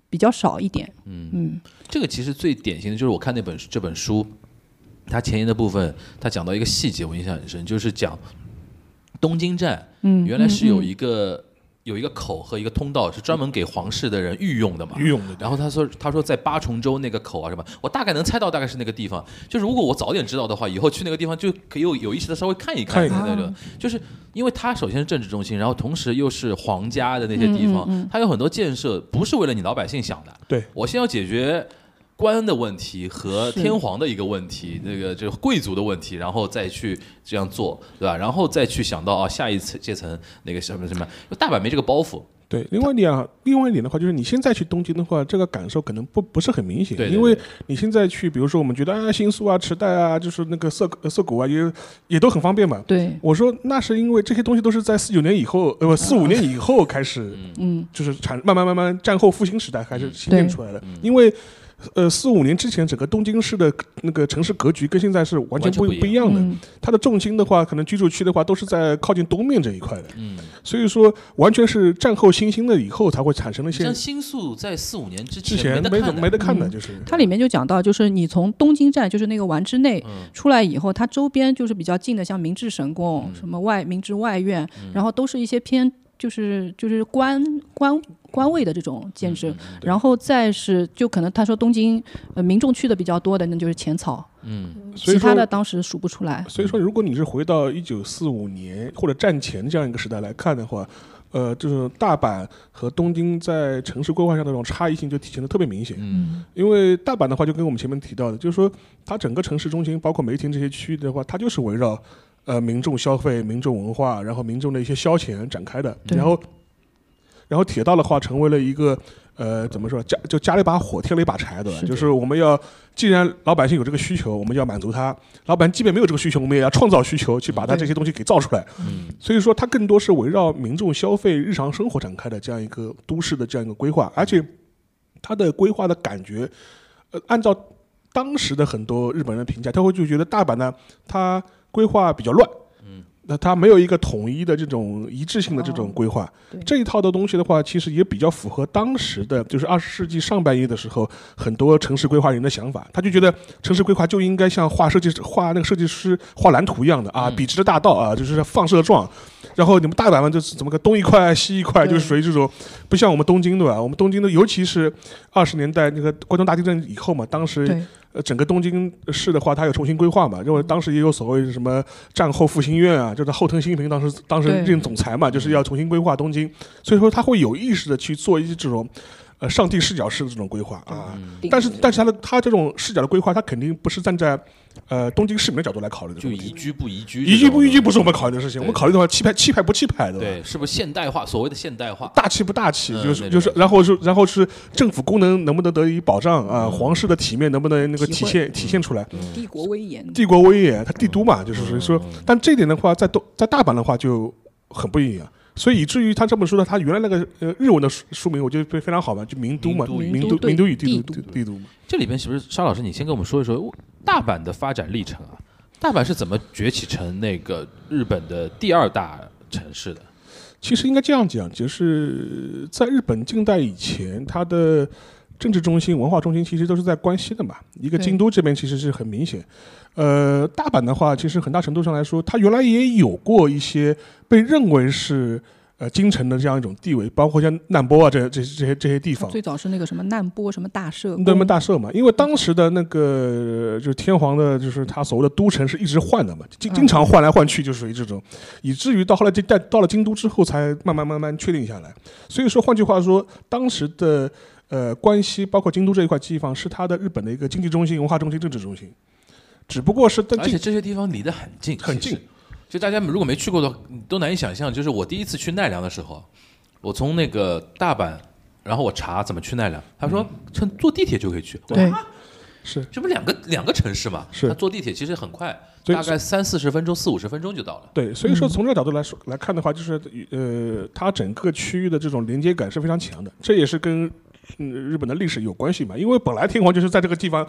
[SPEAKER 6] 比较少一点。嗯
[SPEAKER 5] 这个其实最典型的就是我看那本这本书，它前言的部分，它讲到一个细节，我印象很深，就是讲东京站
[SPEAKER 6] 嗯，
[SPEAKER 5] 原来是有
[SPEAKER 6] 嗯
[SPEAKER 5] 一个、有一个口和一个通道是专门给皇室的人御用的嘛。
[SPEAKER 4] 御用的，
[SPEAKER 5] 然后他说：“他说在八重洲那个口啊什么，我大概能猜到大概是那个地方。就是如果我早点知道的话，以后去那个地方就可以有有意识的稍微看一
[SPEAKER 4] 看一
[SPEAKER 5] 的那
[SPEAKER 6] 看
[SPEAKER 5] 种。就是因为它首先是政治中心，然后同时又是皇家的那些地方，
[SPEAKER 4] 嗯
[SPEAKER 5] 它有很多建设不是为了你老百姓想的。
[SPEAKER 4] 对
[SPEAKER 5] 我先要解决。”官的问题和
[SPEAKER 6] 是
[SPEAKER 5] 天皇的一个问题，那个就是贵族的问题，然后再去这哦样做，对吧？然后再去想到啊，下一次阶层那个什么什么，大阪没这个包袱，
[SPEAKER 4] 对，另外一点啊，另外一点的话，就是你现在去东京的话，这个感受可能不不是很明显，
[SPEAKER 5] 对对
[SPEAKER 4] 因为
[SPEAKER 5] 对
[SPEAKER 4] 你现在去，比如说我们觉得啊，新宿啊、池袋啊，就是那个涩呃涩谷啊，也也都很方便嘛。
[SPEAKER 6] 对，
[SPEAKER 4] 我说那是因为这些东西都是在四九年以后，呃，
[SPEAKER 5] 嗯
[SPEAKER 4] 不，四五年以后开始，
[SPEAKER 6] 嗯，
[SPEAKER 4] 就是产慢慢慢慢战后复兴时代开
[SPEAKER 5] 嗯
[SPEAKER 4] 始新建
[SPEAKER 6] 对
[SPEAKER 4] 出来的，因为。呃，四五年之前，整个东京市的那个城市格局跟现在是完全
[SPEAKER 5] 完全
[SPEAKER 4] 不
[SPEAKER 5] 不一样
[SPEAKER 4] 一样的。
[SPEAKER 6] 嗯
[SPEAKER 4] 它的重心的话，可能居住区的话，都是在靠近东面这一块的。
[SPEAKER 5] 嗯，
[SPEAKER 4] 所以说，完全是战后新兴的以后才会产生的一些
[SPEAKER 5] 像新宿在四五年之
[SPEAKER 4] 之前
[SPEAKER 5] 没得
[SPEAKER 4] 没
[SPEAKER 5] 看的
[SPEAKER 4] 没得看的，
[SPEAKER 6] 嗯
[SPEAKER 4] 就是
[SPEAKER 6] 它里面就讲到，就是你从东京站，就是那个丸之内
[SPEAKER 5] 嗯
[SPEAKER 6] 出来以后，它周边就是比较近的，像明治神宫、
[SPEAKER 5] 嗯
[SPEAKER 6] 什么外明治外院，
[SPEAKER 4] 嗯
[SPEAKER 6] 然后都是一些偏就是就是官官官位的这种建制。
[SPEAKER 4] 嗯对
[SPEAKER 6] 然后再是，就可能他说东京呃民众去的比较多的，那就是浅草，
[SPEAKER 5] 嗯，
[SPEAKER 4] 所以
[SPEAKER 6] 其
[SPEAKER 4] 说
[SPEAKER 6] 他的当时数不出来。
[SPEAKER 4] 所以说，如果你是回到一九四五年或者战前这样一个时代来看的话，呃，就是大阪和东京在城市规划上的这种差异性就体现的特别明显。
[SPEAKER 5] 嗯
[SPEAKER 4] 因为大阪的话，就跟我们前面提到的，就是说它整个城市中心，包括梅田这些区域的话，它就是围绕呃民众消费、民众文化，然后民众的一些消遣展开的。
[SPEAKER 6] 对
[SPEAKER 4] 然后，然后铁道的话，成为了一个呃怎么说加就加了一把火，添了一把柴，对吧？
[SPEAKER 6] 是的
[SPEAKER 4] 就是我们要，既然老百姓有这个需求，我们要满足他；老板即便没有这个需求，我们也要创造需求，去把他
[SPEAKER 6] 对
[SPEAKER 4] 这些东西给造出来。
[SPEAKER 5] 嗯
[SPEAKER 4] 所以说，它更多是围绕民众消费、日常生活展开的这样一个都市的这样一个规划，而且它的规划的感觉，呃，按照当时的很多日本人的评价，他会就觉得大阪呢，它规划比较乱，
[SPEAKER 5] 嗯，
[SPEAKER 4] 那它没有一个统一的这种一致性的这种规划。
[SPEAKER 6] 对
[SPEAKER 4] 这一套的东西的话，其实也比较符合当时的，就是二十世纪上半叶的时候，很多城市规划人的想法，他就觉得城市规划就应该像画设计画那个设计师画蓝图一样的啊，
[SPEAKER 5] 嗯
[SPEAKER 4] 笔直的大道啊，就是放射状。然后你们大阪嘛，就是怎么个东一块西一块，
[SPEAKER 6] 对
[SPEAKER 4] 就是属于这种，不像我们东京对吧？我们东京的，尤其是二十年代那个关东大地震以后嘛，当时
[SPEAKER 6] 对，
[SPEAKER 4] 呃，整个东京市的话，它有重新规划嘛，因为当时也有所谓什么战后复兴院啊，就是后藤新平当时当时
[SPEAKER 6] 对
[SPEAKER 4] 任总裁嘛，就是要重新规划东京，所以说他会有意识的去做一些这种，呃，上帝视角式的这种规划啊。
[SPEAKER 5] 嗯
[SPEAKER 6] 顶
[SPEAKER 4] 但是，但是他的他这种视角的规划，他肯定不是站在，呃，东京市民的角度来考虑的这
[SPEAKER 5] 就
[SPEAKER 4] 个问
[SPEAKER 5] 宜
[SPEAKER 4] 题。
[SPEAKER 5] 居不宜居，
[SPEAKER 4] 宜居不宜居不是我们考虑的事情，
[SPEAKER 5] 对
[SPEAKER 4] 我们考虑的话，气派气派不气派，对吧？
[SPEAKER 5] 对，是不是现代化？所谓的现代化，
[SPEAKER 4] 大气不大气，
[SPEAKER 5] 嗯
[SPEAKER 4] 就是
[SPEAKER 5] 那种
[SPEAKER 4] 就是，然后是然后是政府功能能不能得以保障啊？皇室的体面能不能那个体
[SPEAKER 6] 体会
[SPEAKER 4] 现体现出来？
[SPEAKER 6] 帝国威严，
[SPEAKER 4] 帝国威严，它帝都嘛，就是所以说，但这一点的话，在东在大阪的话就很不一样，所以以至于他这本书的他原来那个呃日文的书书名，我觉得非常好玩，就名都嘛，
[SPEAKER 5] 名都与
[SPEAKER 4] 名都
[SPEAKER 6] 帝都
[SPEAKER 4] 名都与帝都
[SPEAKER 6] 帝
[SPEAKER 4] 帝帝都嘛。
[SPEAKER 5] 这里边是不是沙老师？你先跟我们说一说大阪的发展历程啊？大阪是怎么崛起成那个日本的第二大城市的？
[SPEAKER 4] 其实应该这样讲，就是在日本近代以前，它的政治中心、文化中心其实都是在关西的嘛。一个
[SPEAKER 6] 对
[SPEAKER 4] 京都这边其实是很明显，呃，大阪的话，其实很大程度上来说，它原来也有过一些被认为是呃京城的这样一种地位，包括像难波啊这这这些这些地方。
[SPEAKER 6] 最早是那个什么难波什么大社，
[SPEAKER 4] 那么大社嘛，因为当时的那个就是天皇的，就是他所谓的都城是一直换的嘛，
[SPEAKER 5] 嗯
[SPEAKER 4] 经经常换来换去，就属于这种，以至于到后来这代到了京都之后，才慢慢慢慢确定下来。所以说，换句话说，当时的呃关西，包括京都这一块地方，是它的日本的一个经济中心、文化中心、政治中心，只不过是但
[SPEAKER 5] 而
[SPEAKER 4] 这
[SPEAKER 5] 且这些地方离得很近，
[SPEAKER 4] 很
[SPEAKER 5] 其实
[SPEAKER 4] 近。
[SPEAKER 5] 就大家如果没去过的，你都难以想象。就是我第一次去奈良的时候，我从那个大阪，然后我查怎么去奈良，他说
[SPEAKER 4] 嗯
[SPEAKER 5] 乘坐地铁就可以去。我说
[SPEAKER 6] 对
[SPEAKER 5] 啊，
[SPEAKER 4] 是
[SPEAKER 5] 这不两个两个城市嘛？
[SPEAKER 4] 是
[SPEAKER 5] 他坐地铁其实很快，
[SPEAKER 4] 所以
[SPEAKER 5] 大概三四十分钟、四五十分钟就到了。
[SPEAKER 4] 对，所以
[SPEAKER 6] 嗯
[SPEAKER 4] 说从这个角度来说来看的话，就是呃，它整个区域的这种连接感是非常强的，这也是跟。嗯，日本的历史有关系嘛？因为本来天皇就是在这个地方，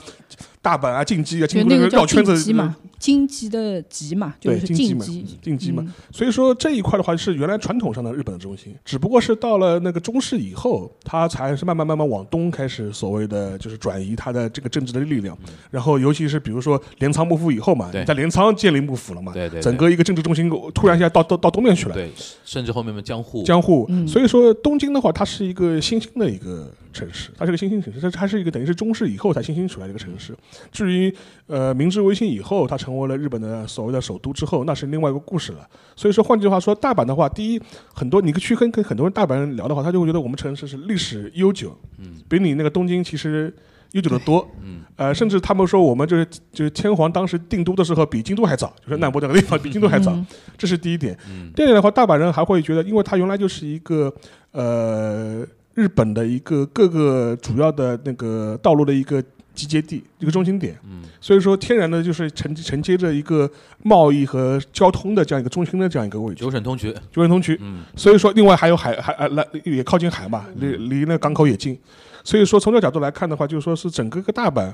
[SPEAKER 4] 大阪啊、进击啊、
[SPEAKER 6] 就
[SPEAKER 4] 京都
[SPEAKER 6] 那个
[SPEAKER 4] 绕
[SPEAKER 6] 叫
[SPEAKER 4] 圈
[SPEAKER 6] 京
[SPEAKER 4] 子嗯
[SPEAKER 6] 畿嘛，京畿的畿嘛，就
[SPEAKER 4] 对
[SPEAKER 6] 是
[SPEAKER 4] 京畿
[SPEAKER 6] 晋
[SPEAKER 4] 嘛
[SPEAKER 6] 级，
[SPEAKER 4] 进击嘛。
[SPEAKER 6] 嗯
[SPEAKER 4] 所以说这一块的话是原来传统上的日本的中心，只不过是到了那个中世以后，它才是慢慢慢慢往东开始所谓的就是转移它的这个政治的力量。然后尤其是比如说镰仓幕府以后嘛，
[SPEAKER 5] 对
[SPEAKER 4] 在镰仓建立幕府了嘛，
[SPEAKER 5] 对对对
[SPEAKER 4] 整个一个政治中心突然一下到到到东面去了。
[SPEAKER 5] 对，甚至后面的江户，
[SPEAKER 4] 江户，
[SPEAKER 6] 嗯
[SPEAKER 4] 所以说东京的话，它是一个新兴的一个城市，它是个新兴城市，它它是一个等于是中世以后才新兴出来的一个城市。至于呃明治维新以后，它成为了日本的所谓的首都之后，那是另外一个故事了。所以说，换句话说，大阪的话，第一，很多你去跟跟很多人大阪人聊的话，他就会觉得我们城市是历史悠久，嗯，比你那个东京其实悠久的多。嗯， 呃，甚至他们说我们就是就是天皇当时定都的时候比京都还早，就是难波这个地方比京都还
[SPEAKER 6] 嗯
[SPEAKER 4] 早，这是第一点。第二点的话，大阪人还会觉得，因为它原来就是一个呃日本的一个各个主要的那个道路的一个集结地，一个中心点。嗯，所以说天然的就是承承接着一个贸易和交通的这样一个中心的这样一个位置，
[SPEAKER 5] 九省通衢，
[SPEAKER 4] 九龙通衢。
[SPEAKER 5] 嗯，
[SPEAKER 4] 所以说，另外还有海海呃来也靠近海嘛，离离那个港口也近，所以说从这个角度来看的话，就是说是整个个大阪，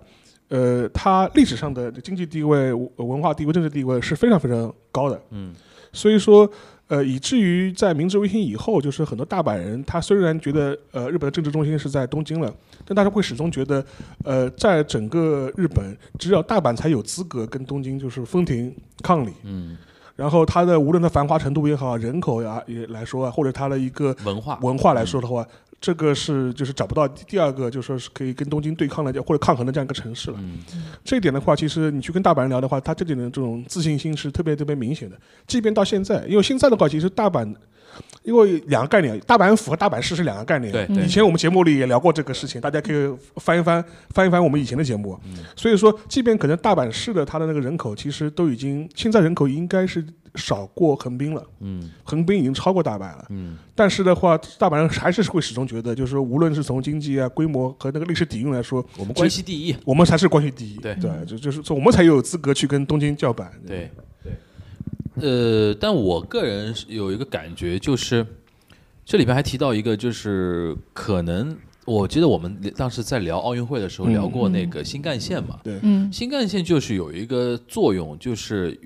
[SPEAKER 4] 呃，它历史上的经济地位、文文化地位、政治地位是非常非常高的，
[SPEAKER 5] 嗯，
[SPEAKER 4] 所以说。呃，以至于在明治维新以后，就是很多大阪人，他虽然觉得呃日本的政治中心是在东京了，但他是会始终觉得，呃，在整个日本，只有大阪才有资格跟东京就是分庭抗礼。
[SPEAKER 5] 嗯，
[SPEAKER 4] 然后它的无论它繁华程度也好，人口呀也来说啊，或者它的一个
[SPEAKER 5] 文化，
[SPEAKER 4] 文化来说的话，这个是就是找不到第二个，就是说是可以跟东京对抗的或者抗衡的这样一个城市了。
[SPEAKER 5] 嗯
[SPEAKER 4] 这一点的话，其实你去跟大阪人聊的话，他这点的这种自信心是特别特别明显的。即便到现在，因为现在的话，其实大阪，因为两个概念，大阪府和大阪市是两个概念。
[SPEAKER 5] 对
[SPEAKER 6] 嗯
[SPEAKER 5] 对
[SPEAKER 4] 以，前我们节目里也聊过这个事情，大家可以翻一翻翻一翻我们以前的节目。
[SPEAKER 5] 嗯
[SPEAKER 4] 所以说，即便可能大阪市的它的那个人口，其实都已经现在人口应该是少过横滨了，
[SPEAKER 5] 嗯
[SPEAKER 4] 横滨已经超过大阪了。
[SPEAKER 5] 嗯
[SPEAKER 4] 但是的话，大阪人还是会始终觉得，就是无论是从经济啊、规模和那个历史底蕴来说，
[SPEAKER 5] 我们关系第一，
[SPEAKER 4] 我们才是关系第一。
[SPEAKER 5] 对
[SPEAKER 4] 就就是说我们才有资格去跟东京叫板。
[SPEAKER 5] 对对，呃，但我个人是有一个感觉，就是这里边还提到一个，就是可能我记得我们当时在聊奥运会的时候
[SPEAKER 4] 嗯
[SPEAKER 5] 聊过那个新干线嘛，
[SPEAKER 6] 嗯
[SPEAKER 5] 新干线就是有一个作用，就是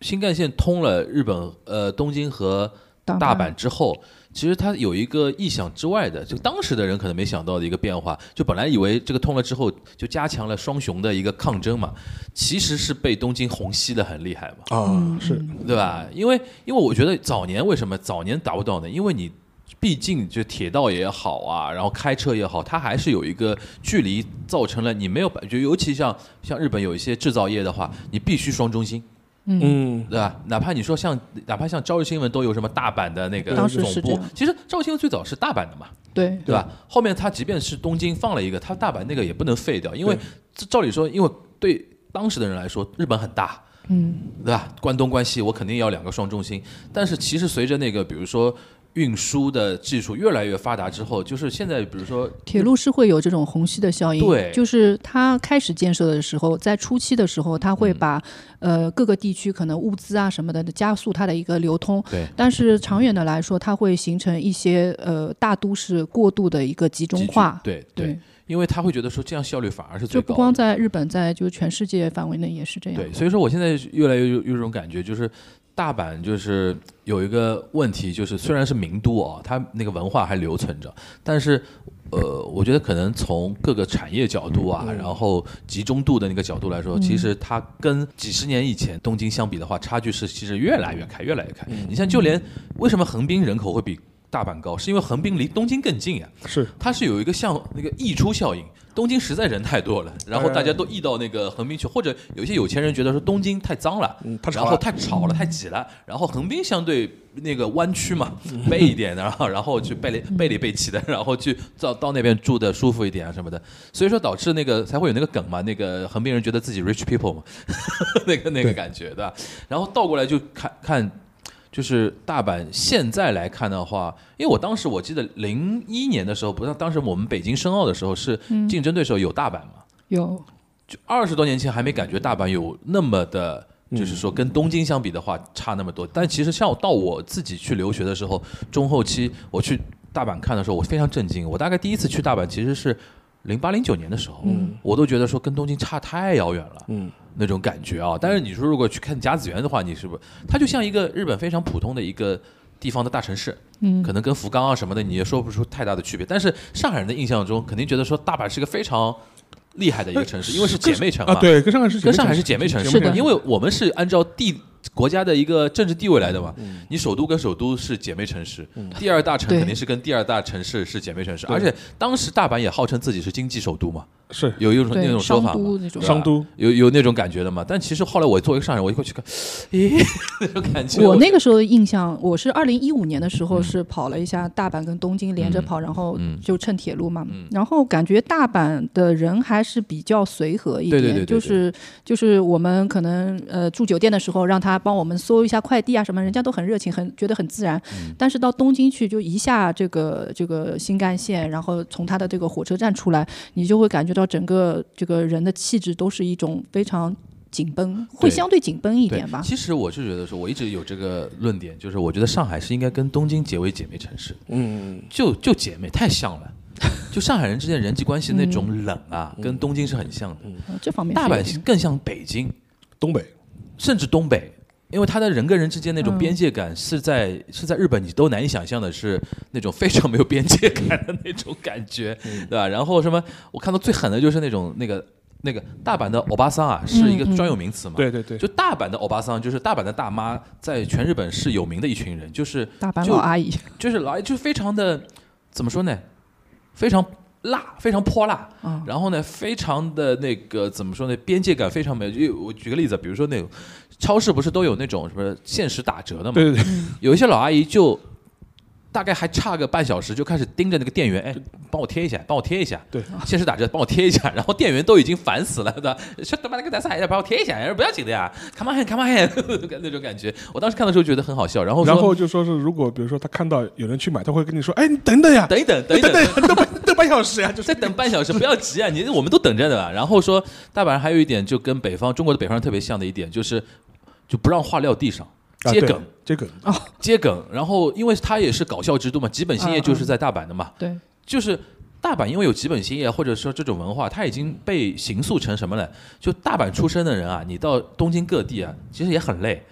[SPEAKER 5] 新干线通了日本呃东京和
[SPEAKER 6] 大
[SPEAKER 5] 大阪之后，其实它有一个意想之外的，就当时的人可能没想到的一个变化。就本来以为这个通了之后，就加强了双雄的一个抗争嘛，其实是被东京虹吸的很厉害嘛，
[SPEAKER 4] 啊，是
[SPEAKER 5] 对吧？因为因为我觉得早年为什么早年达不到呢？因为你。毕竟，就铁道也好啊，然后开车也好，它还是有一个距离，造成了你没有办，就尤其像像日本有一些制造业的话，你必须双中心，
[SPEAKER 4] 嗯，
[SPEAKER 5] 对吧？哪怕你说像，哪怕像朝日新闻都有什么大阪的那个
[SPEAKER 6] 当时
[SPEAKER 5] 总
[SPEAKER 6] 是这
[SPEAKER 5] 部
[SPEAKER 6] 样，
[SPEAKER 5] 其实朝日新闻最早是大阪的嘛，
[SPEAKER 6] 对
[SPEAKER 5] 对吧？后面它即便是东京放了一个，它大阪那个也不能废掉，因为
[SPEAKER 4] 对
[SPEAKER 5] 这照理说，因为对当时的人来说，日本很大，
[SPEAKER 6] 嗯
[SPEAKER 5] 对吧？关东关西，我肯定要两个双重心。但是其实随着那个，比如说运输的技术越来越发达之后，就是现在，比如说
[SPEAKER 6] 铁路是会有这种虹吸的效应，
[SPEAKER 5] 对
[SPEAKER 6] 就是它开始建设的时候，在初期的时候，它
[SPEAKER 5] 嗯
[SPEAKER 6] 会把、呃各个地区可能物资啊什么的加速它的一个流通，
[SPEAKER 5] 对
[SPEAKER 6] 但是长远的来说，它会形成一些呃大都市过度的一个集中
[SPEAKER 5] 集聚
[SPEAKER 6] 化，
[SPEAKER 5] 对
[SPEAKER 6] 对
[SPEAKER 5] 对，因为他会觉得说这样效率反而是最
[SPEAKER 6] 就
[SPEAKER 5] 高的。
[SPEAKER 6] 不光在日本，在就全世界范围内也是这样，
[SPEAKER 5] 对，所以说我现在越来越有有一种感觉，就是大阪就是有一个问题，就是虽然是名都啊、它那个文化还留存着，但是呃，我觉得可能从各个产业角度
[SPEAKER 6] 嗯
[SPEAKER 5] 啊，然后集中度的那个角度来说，其实它跟几十年以前东京相比的话，差距是其实越来越开，越来越开。
[SPEAKER 6] 嗯
[SPEAKER 5] 你像就连为什么横滨人口会比大阪高，是因为横滨离东京更近呀、
[SPEAKER 4] 是
[SPEAKER 5] 它是有一个像那个溢出效应。东京实在人太多了，然后大家都溢到那个横滨去，或者有些有钱人觉得说东京太脏了，
[SPEAKER 4] 嗯太吵
[SPEAKER 5] 然
[SPEAKER 4] 了
[SPEAKER 5] 后太吵了，太挤了，然后横滨相对那个湾区嘛，
[SPEAKER 4] 嗯
[SPEAKER 5] 背一点的，然后然后去背里背里背气的，然后去到到那边住的舒服一点啊什么的，所以说导致那个才会有那个梗嘛，那个横滨人觉得自己 rich people 嘛， 那个那个感觉对吧？然后倒过来就看看就是大阪现在来看的话，因为我当时我记得零一年的时候，不是当时我们北京申奥的时候是
[SPEAKER 4] 嗯
[SPEAKER 5] 竞争对手有大阪嘛，
[SPEAKER 6] 有
[SPEAKER 5] 就二十多年前还没感觉大阪有那么的，就是说跟东京相比的话差那么多。但其实像我到我自己去留学的时候，中后期我去大阪看的时候，我非常震惊。我大概第一次去大阪其实是零八零九年的时候，我都觉得说跟东京差太遥远了，
[SPEAKER 4] 嗯
[SPEAKER 5] 那种感觉啊。但是你说如果去看甲子园的话，你是不是它就像一个日本非常普通的一个地方的大城市，
[SPEAKER 6] 嗯
[SPEAKER 5] 可能跟福冈啊什么的你也说不出太大的区别。但是上海人的印象中，肯定觉得说大阪是一个非常厉害的一个城市，因为是姐妹城
[SPEAKER 4] 啊，
[SPEAKER 5] 嘛。
[SPEAKER 4] 对，跟上海是
[SPEAKER 5] 跟上海是姐妹城市
[SPEAKER 6] 是的
[SPEAKER 5] 因为我们是按照地国家的一个政治地位来的嘛。你首都跟首都是姐妹城市，第二大城
[SPEAKER 6] 对
[SPEAKER 5] 肯定是跟第二大城市是姐妹城市，而且当时大阪也号称自己是经济首都嘛，啊
[SPEAKER 4] 是
[SPEAKER 5] 有一种那
[SPEAKER 6] 对
[SPEAKER 5] 种说
[SPEAKER 6] 商
[SPEAKER 5] 法
[SPEAKER 6] 都
[SPEAKER 5] 嘛，
[SPEAKER 6] 那
[SPEAKER 5] 对
[SPEAKER 6] 种
[SPEAKER 5] 吧
[SPEAKER 4] 商都，
[SPEAKER 5] 有有那种感觉的嘛。但其实后来我作为一个上海人，我一会去看，咦， 那种感觉。
[SPEAKER 6] 我那个时候的印象，我是二零一五年的时候是跑了一下大阪跟东京连着跑，然后
[SPEAKER 5] 嗯
[SPEAKER 6] 就乘铁路嘛，然后感觉大阪的人还是比较随和一点，
[SPEAKER 5] 对对对对对
[SPEAKER 6] 就是就是我们可能呃住酒店的时候让他帮我们搜一下快递啊什么，人家都很热情，很觉得很自然。
[SPEAKER 5] 嗯
[SPEAKER 6] 但是到东京去就一下这个这个新干线，然后从他的这个火车站出来，你就会感觉到整个这个人的气质都是一种非常。紧绷会
[SPEAKER 5] 对
[SPEAKER 6] 相对紧绷一
[SPEAKER 5] 对
[SPEAKER 6] 点吧，
[SPEAKER 5] 其实我是觉得说，我一直有这个论点，就是我觉得上海是应该跟东京结为姐妹城市，
[SPEAKER 4] 嗯，
[SPEAKER 5] 就就姐妹太像了。就上海人之间人际关系
[SPEAKER 6] 嗯
[SPEAKER 5] 那种冷啊，跟东京是很像的。
[SPEAKER 6] 呃这方面
[SPEAKER 5] 大
[SPEAKER 6] 是有
[SPEAKER 5] 阪
[SPEAKER 6] 点
[SPEAKER 5] 更像北京，
[SPEAKER 4] 东北，
[SPEAKER 5] 甚至东北，因为它的人跟人之间那种边界感是在、是在日本你都难以想象的，是那种非常没有边界感的那种感觉，对吧？然后什么，我看到最狠的就是那种那个那个大阪的欧巴桑啊，是一个专有名词嘛，
[SPEAKER 4] 对对对，
[SPEAKER 5] 就大阪的欧巴桑，就是大阪的大妈，在全日本是有名的一群人，就是
[SPEAKER 6] 大阪
[SPEAKER 5] 就
[SPEAKER 6] 老阿姨，
[SPEAKER 5] 就是来就非常的怎么说呢，非常辣，非常泼辣，
[SPEAKER 6] 嗯
[SPEAKER 5] 然后呢，非常的那个怎么说呢，边界感非常没有。就我举个例子，比如说那种超市不是都有那种什么限时打折的嘛，
[SPEAKER 4] 对对对，
[SPEAKER 5] 有一些老阿姨就。大概还差个半小时，就开始盯着那个店员，哎，帮我贴一下，帮我贴一下。
[SPEAKER 4] 对，
[SPEAKER 5] 限时打折，帮我贴一下。然后店员都已经烦死了，对吧？说他妈那个大赛，帮我贴一下，哎不要紧的呀，come on，come on，那种 感觉。我当时看的时候觉得很好笑，然后说
[SPEAKER 4] 然后就说是如果比如说他看到有人去买，他会跟你说，哎，你等等呀，
[SPEAKER 5] 等一等，等
[SPEAKER 4] 等
[SPEAKER 5] 一等，
[SPEAKER 4] 等等半等半小时呀，就是
[SPEAKER 5] 再等半小时，不要急啊！你 我们都等着的吧。然后说，大阪人还有一点就跟北方中国的北方人特别像的一点，就是就不让话撂地上，
[SPEAKER 4] 啊
[SPEAKER 5] 接
[SPEAKER 4] 对
[SPEAKER 5] 梗、
[SPEAKER 4] 接梗，
[SPEAKER 5] 接梗。然后因为他也是搞笑之都嘛，吉本兴业
[SPEAKER 6] 嗯
[SPEAKER 5] 就是在大阪的嘛，
[SPEAKER 6] 对，
[SPEAKER 5] 就是大阪因为有吉本兴业或者说这种文化，它已经被形塑成什么呢？就大阪出身的人啊，你到东京各地啊，其实也很累。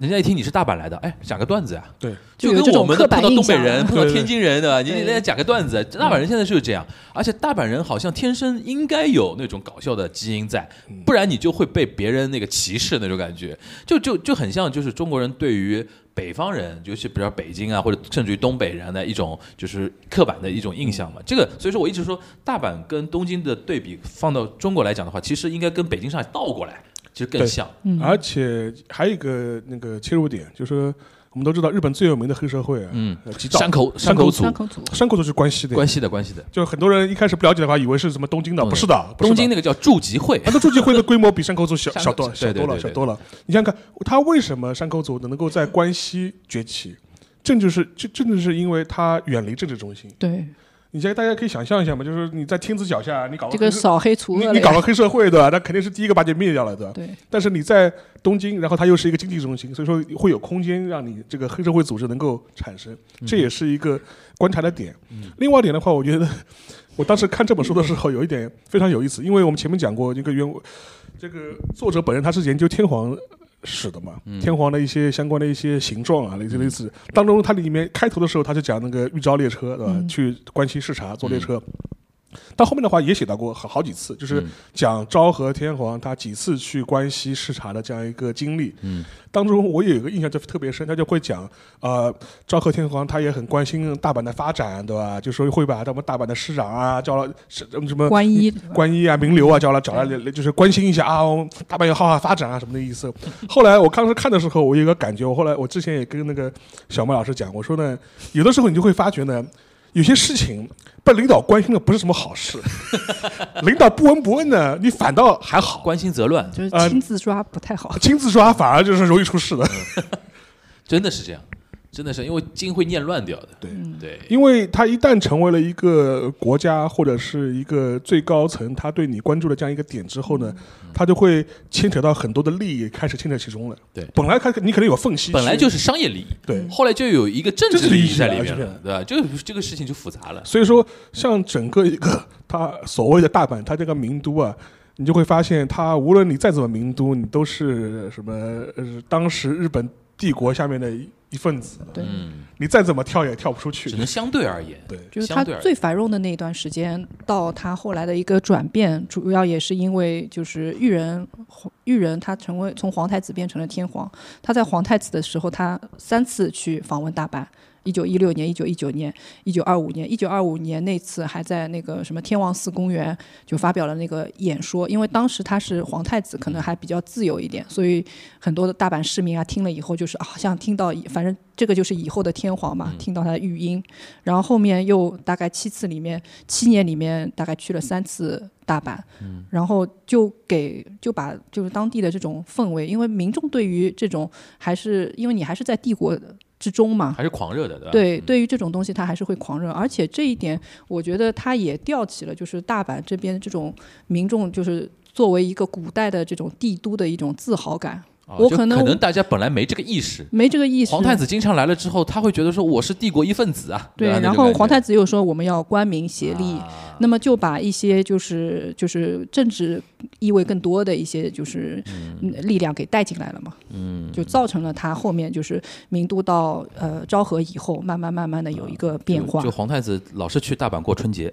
[SPEAKER 5] 人家一听你是大阪来的，哎，讲个段子呀、
[SPEAKER 4] 对，
[SPEAKER 6] 就
[SPEAKER 5] 就
[SPEAKER 6] 有
[SPEAKER 5] 跟
[SPEAKER 6] 这种
[SPEAKER 5] 我们
[SPEAKER 6] 刻
[SPEAKER 5] 碰
[SPEAKER 6] 板
[SPEAKER 5] 到东
[SPEAKER 6] 印
[SPEAKER 5] 北
[SPEAKER 6] 象
[SPEAKER 5] 人、
[SPEAKER 6] 啊
[SPEAKER 5] 碰到天津人，对吧？你
[SPEAKER 6] 对嗯
[SPEAKER 5] 你得讲个段子。大阪人现在就是这样，而且大阪人好像天生应该有那种搞笑的基因在，
[SPEAKER 6] 嗯
[SPEAKER 5] 不然你就会被别人那个歧视那种感觉，就就就很像就是中国人对于。北方人，尤其比如说北京啊，或者甚至于东北人的一种就是刻板的一种印象嘛。这个，所以说我一直说大阪跟东京的对比，放到中国来讲的话，其实应该跟北京、上海倒过来，其实更
[SPEAKER 4] 对
[SPEAKER 5] 像。
[SPEAKER 4] 而且还有一个那个切入点，就是说我们都知道日本最有名的黑社会啊，
[SPEAKER 5] 嗯
[SPEAKER 4] 呃，吉
[SPEAKER 5] 山
[SPEAKER 4] 兆，
[SPEAKER 5] 口
[SPEAKER 4] 山
[SPEAKER 5] 口
[SPEAKER 4] 口
[SPEAKER 5] 组
[SPEAKER 6] 山口组
[SPEAKER 4] 山口都是关西的呀，
[SPEAKER 5] 关系的关系的，
[SPEAKER 4] 就很多人一开始不了解的话，以为是什么东京的，
[SPEAKER 5] 嗯
[SPEAKER 4] 不是的，不是
[SPEAKER 5] 东
[SPEAKER 4] 的
[SPEAKER 5] 京那个叫住集会，
[SPEAKER 4] 它的助记会的规模比山口组小
[SPEAKER 5] 山口
[SPEAKER 4] 小多
[SPEAKER 5] 对
[SPEAKER 4] 小
[SPEAKER 5] 对
[SPEAKER 4] 多了
[SPEAKER 5] 对
[SPEAKER 4] 小
[SPEAKER 5] 对
[SPEAKER 4] 多了。你想想看，它为什么山口组能够在关西崛起？正就是这正就是因为它远离政治中心。
[SPEAKER 6] 对
[SPEAKER 4] 你现在大家可以想象一下嘛，就是你在天子脚下，你搞
[SPEAKER 6] 这个
[SPEAKER 4] 黑社
[SPEAKER 6] 扫黑除
[SPEAKER 4] 哦你
[SPEAKER 6] 恶
[SPEAKER 4] 你
[SPEAKER 6] 类
[SPEAKER 4] 搞个黑社会对吧？那肯定是第一个把你灭掉了对吧？
[SPEAKER 6] 对
[SPEAKER 4] 但是你在东京，然后它又是一个经济中心，所以说会有空间让你这个黑社会组织能够产生，
[SPEAKER 5] 嗯
[SPEAKER 4] 这也是一个观察的点。另外一点的话，我觉得我当时看这本书的时候有一点非常有意思，因为我们前面讲过一个原这个作者本人他是研究天皇。史的嘛，天皇的一些相关的一些形状啊，类似类似。当中，它里面开头的时候，他就讲那个玉昭列车，对吧？去关西视察坐列车。到后面的话也写到过好好几次，就是讲昭和天皇他几次去关西视察的这样一个经历。嗯，当中我也有一个印象就特别深，他就会讲，呃，昭和天皇他也很关心大阪的发展，对吧？就说会把他们大阪的市长啊叫了什么什么
[SPEAKER 6] 关一
[SPEAKER 4] 关一啊、名流啊叫来找来，就是关心一下啊，我们大阪要好好发展啊什么的意思。后来我当时看的时候，我有一个感觉，我后来我之前也跟那个小麦老师讲，我说呢，有的时候你就会发觉呢，有些事情被领导关心的不是什么好事，领导不闻不问呢，你反倒还好，
[SPEAKER 5] 关心则乱，
[SPEAKER 6] 就是
[SPEAKER 4] 呃
[SPEAKER 6] 亲自抓不太好，
[SPEAKER 4] 亲自抓反而就是容易出事的。
[SPEAKER 5] 真的是这样，真的是因为金会念乱掉的。
[SPEAKER 4] 对
[SPEAKER 6] 嗯
[SPEAKER 5] 对，
[SPEAKER 4] 因为他一旦成为了一个国家或者是一个最高层，他对你关注的这样一个点之后呢，
[SPEAKER 5] 嗯
[SPEAKER 4] 他就会牵扯到很多的利益，开始牵扯其中了。
[SPEAKER 5] 对
[SPEAKER 4] 本来开你可能有缝隙，
[SPEAKER 5] 本来就是商业利益，
[SPEAKER 4] 对
[SPEAKER 5] 后来就有一个政治利益在里面
[SPEAKER 4] 政治利益
[SPEAKER 5] 了，对吧？就这个事情就复杂了。
[SPEAKER 4] 所以说，像整个一个它所谓的大阪，它这个名都啊，你就会发现，它无论你再怎么名都，你都是什么、呃、当时日本帝国下面的一份子，
[SPEAKER 6] 对，
[SPEAKER 5] 嗯，
[SPEAKER 4] 你再怎么跳也跳不出去
[SPEAKER 5] 只。能相对而言。
[SPEAKER 4] 对，
[SPEAKER 6] 就是
[SPEAKER 5] 相
[SPEAKER 6] 他
[SPEAKER 5] 对而
[SPEAKER 6] 最繁荣的那一段时间，到他后来的一个转变，主要也是因为就是裕仁，裕仁他成为从皇太子变成了天皇。他在皇太子的时候，他三次去访问大阪，一九一六年、一九一九年、一九二五年、一九二五年那次还在那个什么天王寺公园就发表了那个演说，因为当时他是皇太子，
[SPEAKER 5] 嗯
[SPEAKER 6] 可能还比较自由一点，所以很多的大阪市民啊听了以后就是啊，像听到以反正这个就是以后的天皇嘛，听到他的语音，然后后面又大概七次里面七年里面大概去了三次大阪，然后就给就把就是当地的这种氛围，因为民众对于这种还是因为你还是在帝国之中嘛，
[SPEAKER 5] 还是啊狂热的，对吧？
[SPEAKER 6] 对，对于这种东西，他还是会狂热，而且这一点，我觉得他也吊起了就是大阪这边这种民众，就是作为一个古代的这种帝都的一种自豪感。
[SPEAKER 5] 哦
[SPEAKER 6] 我
[SPEAKER 5] 就
[SPEAKER 6] 可
[SPEAKER 5] 可
[SPEAKER 6] 能
[SPEAKER 5] 能大家本来没这个意识，
[SPEAKER 6] 没这个意识。
[SPEAKER 5] 皇太子经常来了之后，他会觉得说我是帝国一份子啊。
[SPEAKER 6] 对，
[SPEAKER 5] 吧那
[SPEAKER 6] 然
[SPEAKER 5] 种
[SPEAKER 6] 后
[SPEAKER 5] 感觉
[SPEAKER 6] 皇太子又说我们要官民协力，
[SPEAKER 5] 啊
[SPEAKER 6] 那么就把一些就是就是政治意味更多的一些就是嗯力量给带进来了嘛，嗯，就造成了他后面就是名都到呃昭和以后，慢慢慢慢的有一个变化。
[SPEAKER 5] 就就皇太子老是去大阪过春节，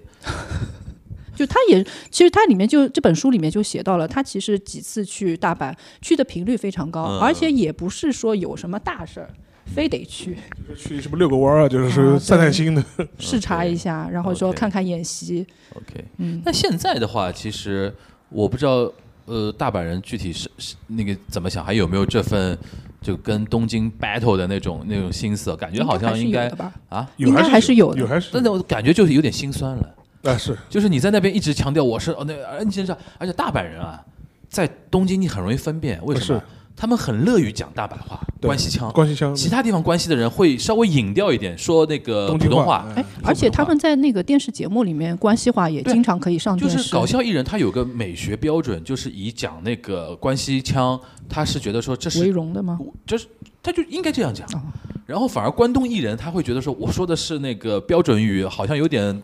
[SPEAKER 6] 就他也，其实他里面就这本书里面就写到了，他其实几次去大阪，去的频率非常高，
[SPEAKER 5] 嗯
[SPEAKER 6] 而且也不是说有什么大事儿，非得去
[SPEAKER 4] 就是去什么遛个弯儿啊，就是
[SPEAKER 6] 啊
[SPEAKER 4] 说
[SPEAKER 6] 对
[SPEAKER 4] 散散心的。
[SPEAKER 5] 嗯
[SPEAKER 6] 视察一下，然后说看看演习。
[SPEAKER 5] OK，
[SPEAKER 6] 嗯
[SPEAKER 5] 那现在的话，其实我不知道，呃，大阪人具体是是那个怎么想，还有没有这份就跟东京 battle 的那种那种心思？感觉好像应
[SPEAKER 6] 还
[SPEAKER 5] 该
[SPEAKER 6] 是有的吧？
[SPEAKER 5] 啊，
[SPEAKER 4] 有
[SPEAKER 6] 应该还是有的
[SPEAKER 4] 有还是
[SPEAKER 5] 但是我感觉就是有点心酸了。
[SPEAKER 4] 啊是
[SPEAKER 5] 就是你在那边一直强调我是哦那而你先生，而且大阪人啊，在东京你很容易分辨，为什么
[SPEAKER 4] 是？
[SPEAKER 5] 他们很乐于讲大阪话、
[SPEAKER 4] 对
[SPEAKER 5] 关西腔，
[SPEAKER 4] 关系腔，
[SPEAKER 5] 其他地方关西的人会稍微隐掉一点，说那个
[SPEAKER 4] 东
[SPEAKER 5] 普
[SPEAKER 4] 京
[SPEAKER 5] 通
[SPEAKER 4] 呃话
[SPEAKER 5] 话。
[SPEAKER 6] 哎，而且他们在那个电视节目里面，关西话也
[SPEAKER 5] 对
[SPEAKER 6] 经常可以上
[SPEAKER 5] 就
[SPEAKER 6] 电视。
[SPEAKER 5] 是搞笑艺人，他有个美学标准，就是以讲那个关西腔，他是觉得说这
[SPEAKER 6] 为
[SPEAKER 5] 是，
[SPEAKER 6] 荣的吗？
[SPEAKER 5] 这是他就应该这样讲
[SPEAKER 6] 哦。
[SPEAKER 5] 然后反而关东艺人，他会觉得说我说的是那个标准语，好像有点，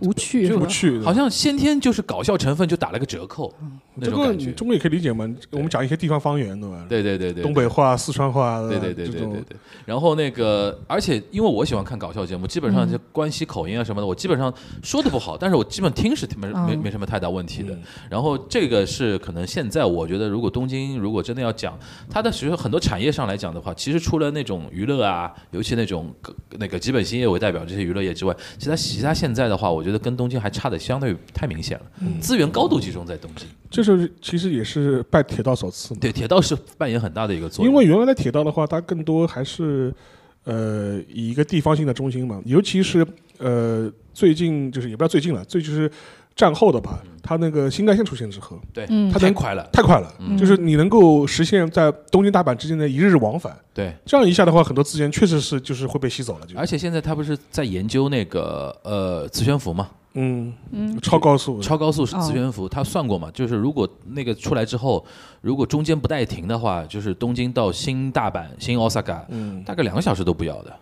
[SPEAKER 6] 无趣是
[SPEAKER 4] 不
[SPEAKER 6] 吧？
[SPEAKER 4] 去的
[SPEAKER 5] 好像先天就是搞笑成分就打了个折扣
[SPEAKER 6] 嗯
[SPEAKER 5] 那
[SPEAKER 4] 这
[SPEAKER 5] 种
[SPEAKER 4] 个
[SPEAKER 5] 感
[SPEAKER 4] 你
[SPEAKER 5] 觉。
[SPEAKER 4] 中国也可以理解嘛。我们讲一些地方方言对吧？
[SPEAKER 5] 对对对对，
[SPEAKER 4] 东北话、四川话，
[SPEAKER 5] 对
[SPEAKER 4] 吧
[SPEAKER 5] 对对
[SPEAKER 4] 嗯这
[SPEAKER 5] 对
[SPEAKER 4] 种
[SPEAKER 5] 对对。然后那个，而且因为我喜欢看搞笑节目，基本上
[SPEAKER 4] 嗯
[SPEAKER 5] 就关西口音啊什么的，我基本上说的不好，但是我基本听是没没
[SPEAKER 6] 嗯
[SPEAKER 5] 没什么太大问题的
[SPEAKER 4] 嗯。
[SPEAKER 5] 然后这个是可能现在我觉得，如果东京如果真的要讲它的，其实很多产业上来讲的话，其实除了那种娱乐啊，尤其那种那个基本新业为代表这些娱乐业之外，其他其他现在的话，我觉得跟东京还差的相对太明显了，
[SPEAKER 4] 嗯
[SPEAKER 5] 资源高度集中在东京。
[SPEAKER 4] 这是其实也是拜铁道所赐嘛。
[SPEAKER 5] 对，铁道是扮演很大的一个作用。
[SPEAKER 4] 因为原来的铁道的话，它更多还是呃以一个地方性的中心嘛，尤其是呃最近就是也不知道最近了，最就是战后的吧，它那个新干线出现之后
[SPEAKER 5] 对，
[SPEAKER 6] 嗯
[SPEAKER 4] 它
[SPEAKER 5] 嗯太
[SPEAKER 4] 能
[SPEAKER 5] 快了，嗯
[SPEAKER 4] 太快了，就是你能够实现在东京大阪之间的一日往返，
[SPEAKER 5] 对。
[SPEAKER 4] 这样一下的话，很多资源确实是就是会被吸走了，就
[SPEAKER 5] 而且现在他不是在研究那个呃磁悬浮嘛，
[SPEAKER 4] 嗯嗯超高速
[SPEAKER 5] 超高速是
[SPEAKER 6] 哦
[SPEAKER 5] 磁悬浮，他算过嘛，就是如果那个出来之后，如果中间不带停的话，就是东京到新大阪、新 Osaka，
[SPEAKER 4] 嗯
[SPEAKER 5] 大概两个小时都不要的，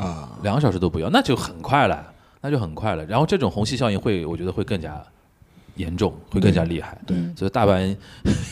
[SPEAKER 4] 啊
[SPEAKER 5] 两个小时都不要，那就很快了，那就很快了。然后这种虹吸效应会，我觉得会更加严重，会更加厉害。
[SPEAKER 4] 对
[SPEAKER 5] 所以大阪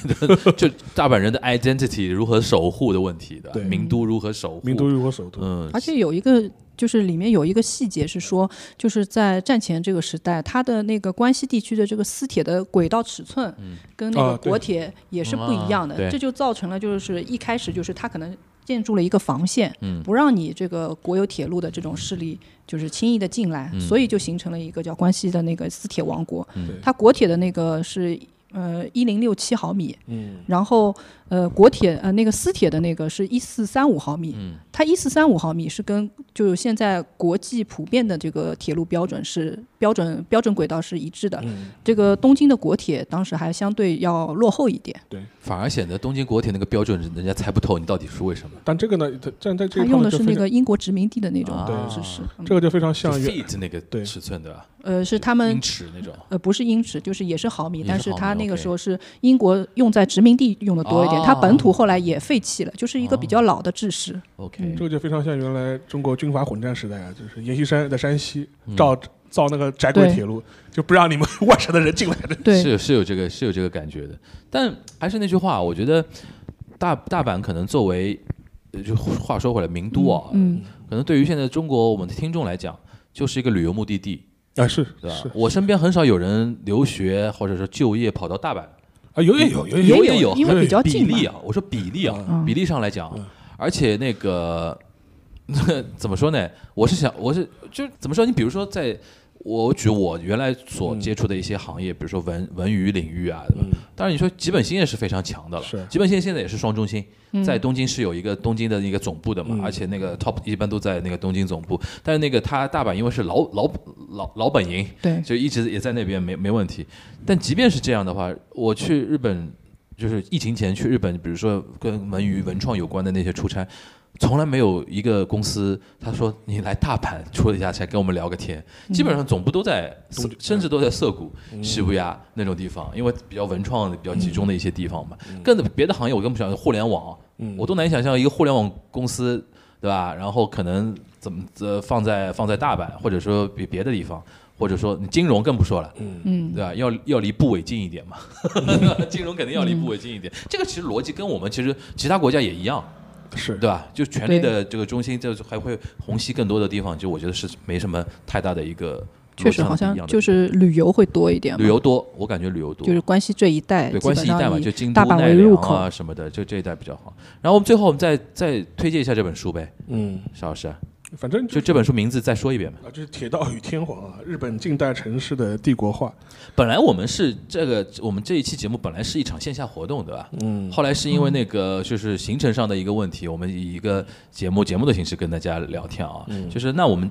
[SPEAKER 5] 就大阪人的 identity 如何守护的问题，对吧？
[SPEAKER 4] 对
[SPEAKER 5] 名都如何守护？
[SPEAKER 4] 名都如我首都，
[SPEAKER 5] 嗯，
[SPEAKER 6] 而且有一个就是里面有一个细节是说，就是在战前这个时代，它的那个关西地区的这个私铁的轨道尺寸
[SPEAKER 5] 嗯
[SPEAKER 6] 跟那
[SPEAKER 4] 啊
[SPEAKER 6] 个
[SPEAKER 4] 对
[SPEAKER 6] 国铁也是不一样的，
[SPEAKER 5] 嗯啊对
[SPEAKER 6] 这就造成了就是一开始就是它可能。建筑了一个防线，
[SPEAKER 5] 嗯
[SPEAKER 6] 不让你这个国有铁路的这种势力就是轻易的进来，所以就形成了一个叫关西的那个私铁王国。
[SPEAKER 5] 嗯
[SPEAKER 6] 它国铁的那个是呃一零六七毫米，
[SPEAKER 4] 嗯
[SPEAKER 6] 然后呃国铁呃那个私铁的那个是一四三五毫米，
[SPEAKER 5] 嗯
[SPEAKER 6] 它一四三五毫米是跟就是现在国际普遍的这个铁路标准是标准标准轨道是一致的。
[SPEAKER 4] 嗯
[SPEAKER 6] 这个东京的国铁当时还相对要落后一点，
[SPEAKER 5] 反而显得东京国铁那个标准人家猜不透，你到底是为什么？
[SPEAKER 4] 但这个呢，它站在这
[SPEAKER 6] 它
[SPEAKER 4] 个
[SPEAKER 6] 用的
[SPEAKER 4] 就是非
[SPEAKER 6] 那
[SPEAKER 4] 常
[SPEAKER 6] 个英国殖民地的那种
[SPEAKER 5] 啊
[SPEAKER 4] 对
[SPEAKER 6] 知识，嗯
[SPEAKER 4] 这个就非常像
[SPEAKER 5] 就
[SPEAKER 4] 原
[SPEAKER 5] feet 那个
[SPEAKER 4] 对
[SPEAKER 5] 尺寸对吧？
[SPEAKER 6] 呃是他们
[SPEAKER 5] 英尺那种。
[SPEAKER 6] 呃，不是英尺，就是也是毫米，
[SPEAKER 5] 也
[SPEAKER 6] 但
[SPEAKER 5] 是
[SPEAKER 6] 是
[SPEAKER 5] 毫
[SPEAKER 6] 它
[SPEAKER 5] 米
[SPEAKER 6] 那个
[SPEAKER 5] ，OK
[SPEAKER 6] 时候是英国用在殖民地用的多一点，它
[SPEAKER 5] 哦
[SPEAKER 6] 本土后来也废弃了，就是一个比较老的制式。嗯
[SPEAKER 5] OK，
[SPEAKER 4] 这个就非常像原来中国军阀混战时代啊，就是阎锡山在山西
[SPEAKER 5] 嗯
[SPEAKER 4] 造造那个窄轨
[SPEAKER 6] 对
[SPEAKER 4] 铁路，就不让你们 外省的人进来的。
[SPEAKER 6] 对，
[SPEAKER 5] 是是有这个是有这个感觉的。但还是那句话，我觉得大大阪可能作为，呃就话说回来，名都啊，
[SPEAKER 6] 嗯，
[SPEAKER 5] 可能对于现在中国我们的听众来讲，就是一个旅游目的地，
[SPEAKER 4] 啊，是
[SPEAKER 5] 对吧
[SPEAKER 4] 是？
[SPEAKER 5] 我身边很少有人留学或者是就业跑到大阪，
[SPEAKER 4] 啊，有也有有
[SPEAKER 6] 也
[SPEAKER 5] 有
[SPEAKER 6] 有因为比较
[SPEAKER 5] 比
[SPEAKER 6] 近嘛
[SPEAKER 5] 例啊，我说比例啊，
[SPEAKER 6] 嗯
[SPEAKER 5] 比例上来讲，而且那个 怎么说呢？我是想，我是就怎么说？你比如说在。我举我原来所接触的一些行业，比如说文文娱领域啊，对吧当然你说吉本兴业是非常强的了
[SPEAKER 4] 是，
[SPEAKER 5] 吉本兴业现在也是双中心，在东京是有一个东京的一个总部的嘛，而且那个 top 一般都在那个东京总部，但是那个它大阪因为是老老老老本营，
[SPEAKER 6] 对，
[SPEAKER 5] 就一直也在那边没没问题。但即便是这样的话，我去日本，就是疫情前去日本，比如说跟文娱文创有关的那些出差，从来没有一个公司他说你来大阪出一下差，跟我们聊个天。基本上总部都在涩，甚至都在涩谷、西布亚那种地方，因为比较文创比较集中的一些地方嘛。更别的行业我更不想，互联网，我都难以想象一个互联网公司。对吧？然后可能怎么呃放在放在大阪，或者说别别的地方，或者说你金融更不说了，
[SPEAKER 6] 嗯，
[SPEAKER 5] 对吧？要要离部委近一点嘛，金融肯定要离部委近一点。这个其实逻辑跟我们其实其他国家也一样，
[SPEAKER 4] 是
[SPEAKER 5] 对吧？就权力的这个中心，就是还会虹吸更多的地方，就我觉得是没什么太大的一个
[SPEAKER 6] 确实好像就是旅游会多一点嘛，
[SPEAKER 5] 旅游多，我感觉旅游多，
[SPEAKER 6] 就是关西这一带，
[SPEAKER 5] 对关系一带嘛，
[SPEAKER 6] 基
[SPEAKER 5] 就
[SPEAKER 6] 本上
[SPEAKER 5] 京
[SPEAKER 6] 以
[SPEAKER 5] 都、
[SPEAKER 6] 大阪
[SPEAKER 5] 奈
[SPEAKER 6] 为入
[SPEAKER 5] 良
[SPEAKER 6] 口
[SPEAKER 5] 啊。什么的，就这一带比较好。然后我们最后我们再再推荐一下这本书呗，
[SPEAKER 4] 嗯，
[SPEAKER 5] 邵老师，
[SPEAKER 4] 反正
[SPEAKER 5] 就
[SPEAKER 4] 就
[SPEAKER 5] 这本书名字再说一遍呗。
[SPEAKER 4] 啊，就是《铁道与天皇》啊，日本近代城市的帝国化。
[SPEAKER 5] 本来我们是这个，我们这一期节目本来是一场线下活动，对吧？
[SPEAKER 4] 嗯，
[SPEAKER 5] 后来是因为那个就是行程上的一个问题，我们以一个节目节目的形式跟大家聊天啊，就是那我们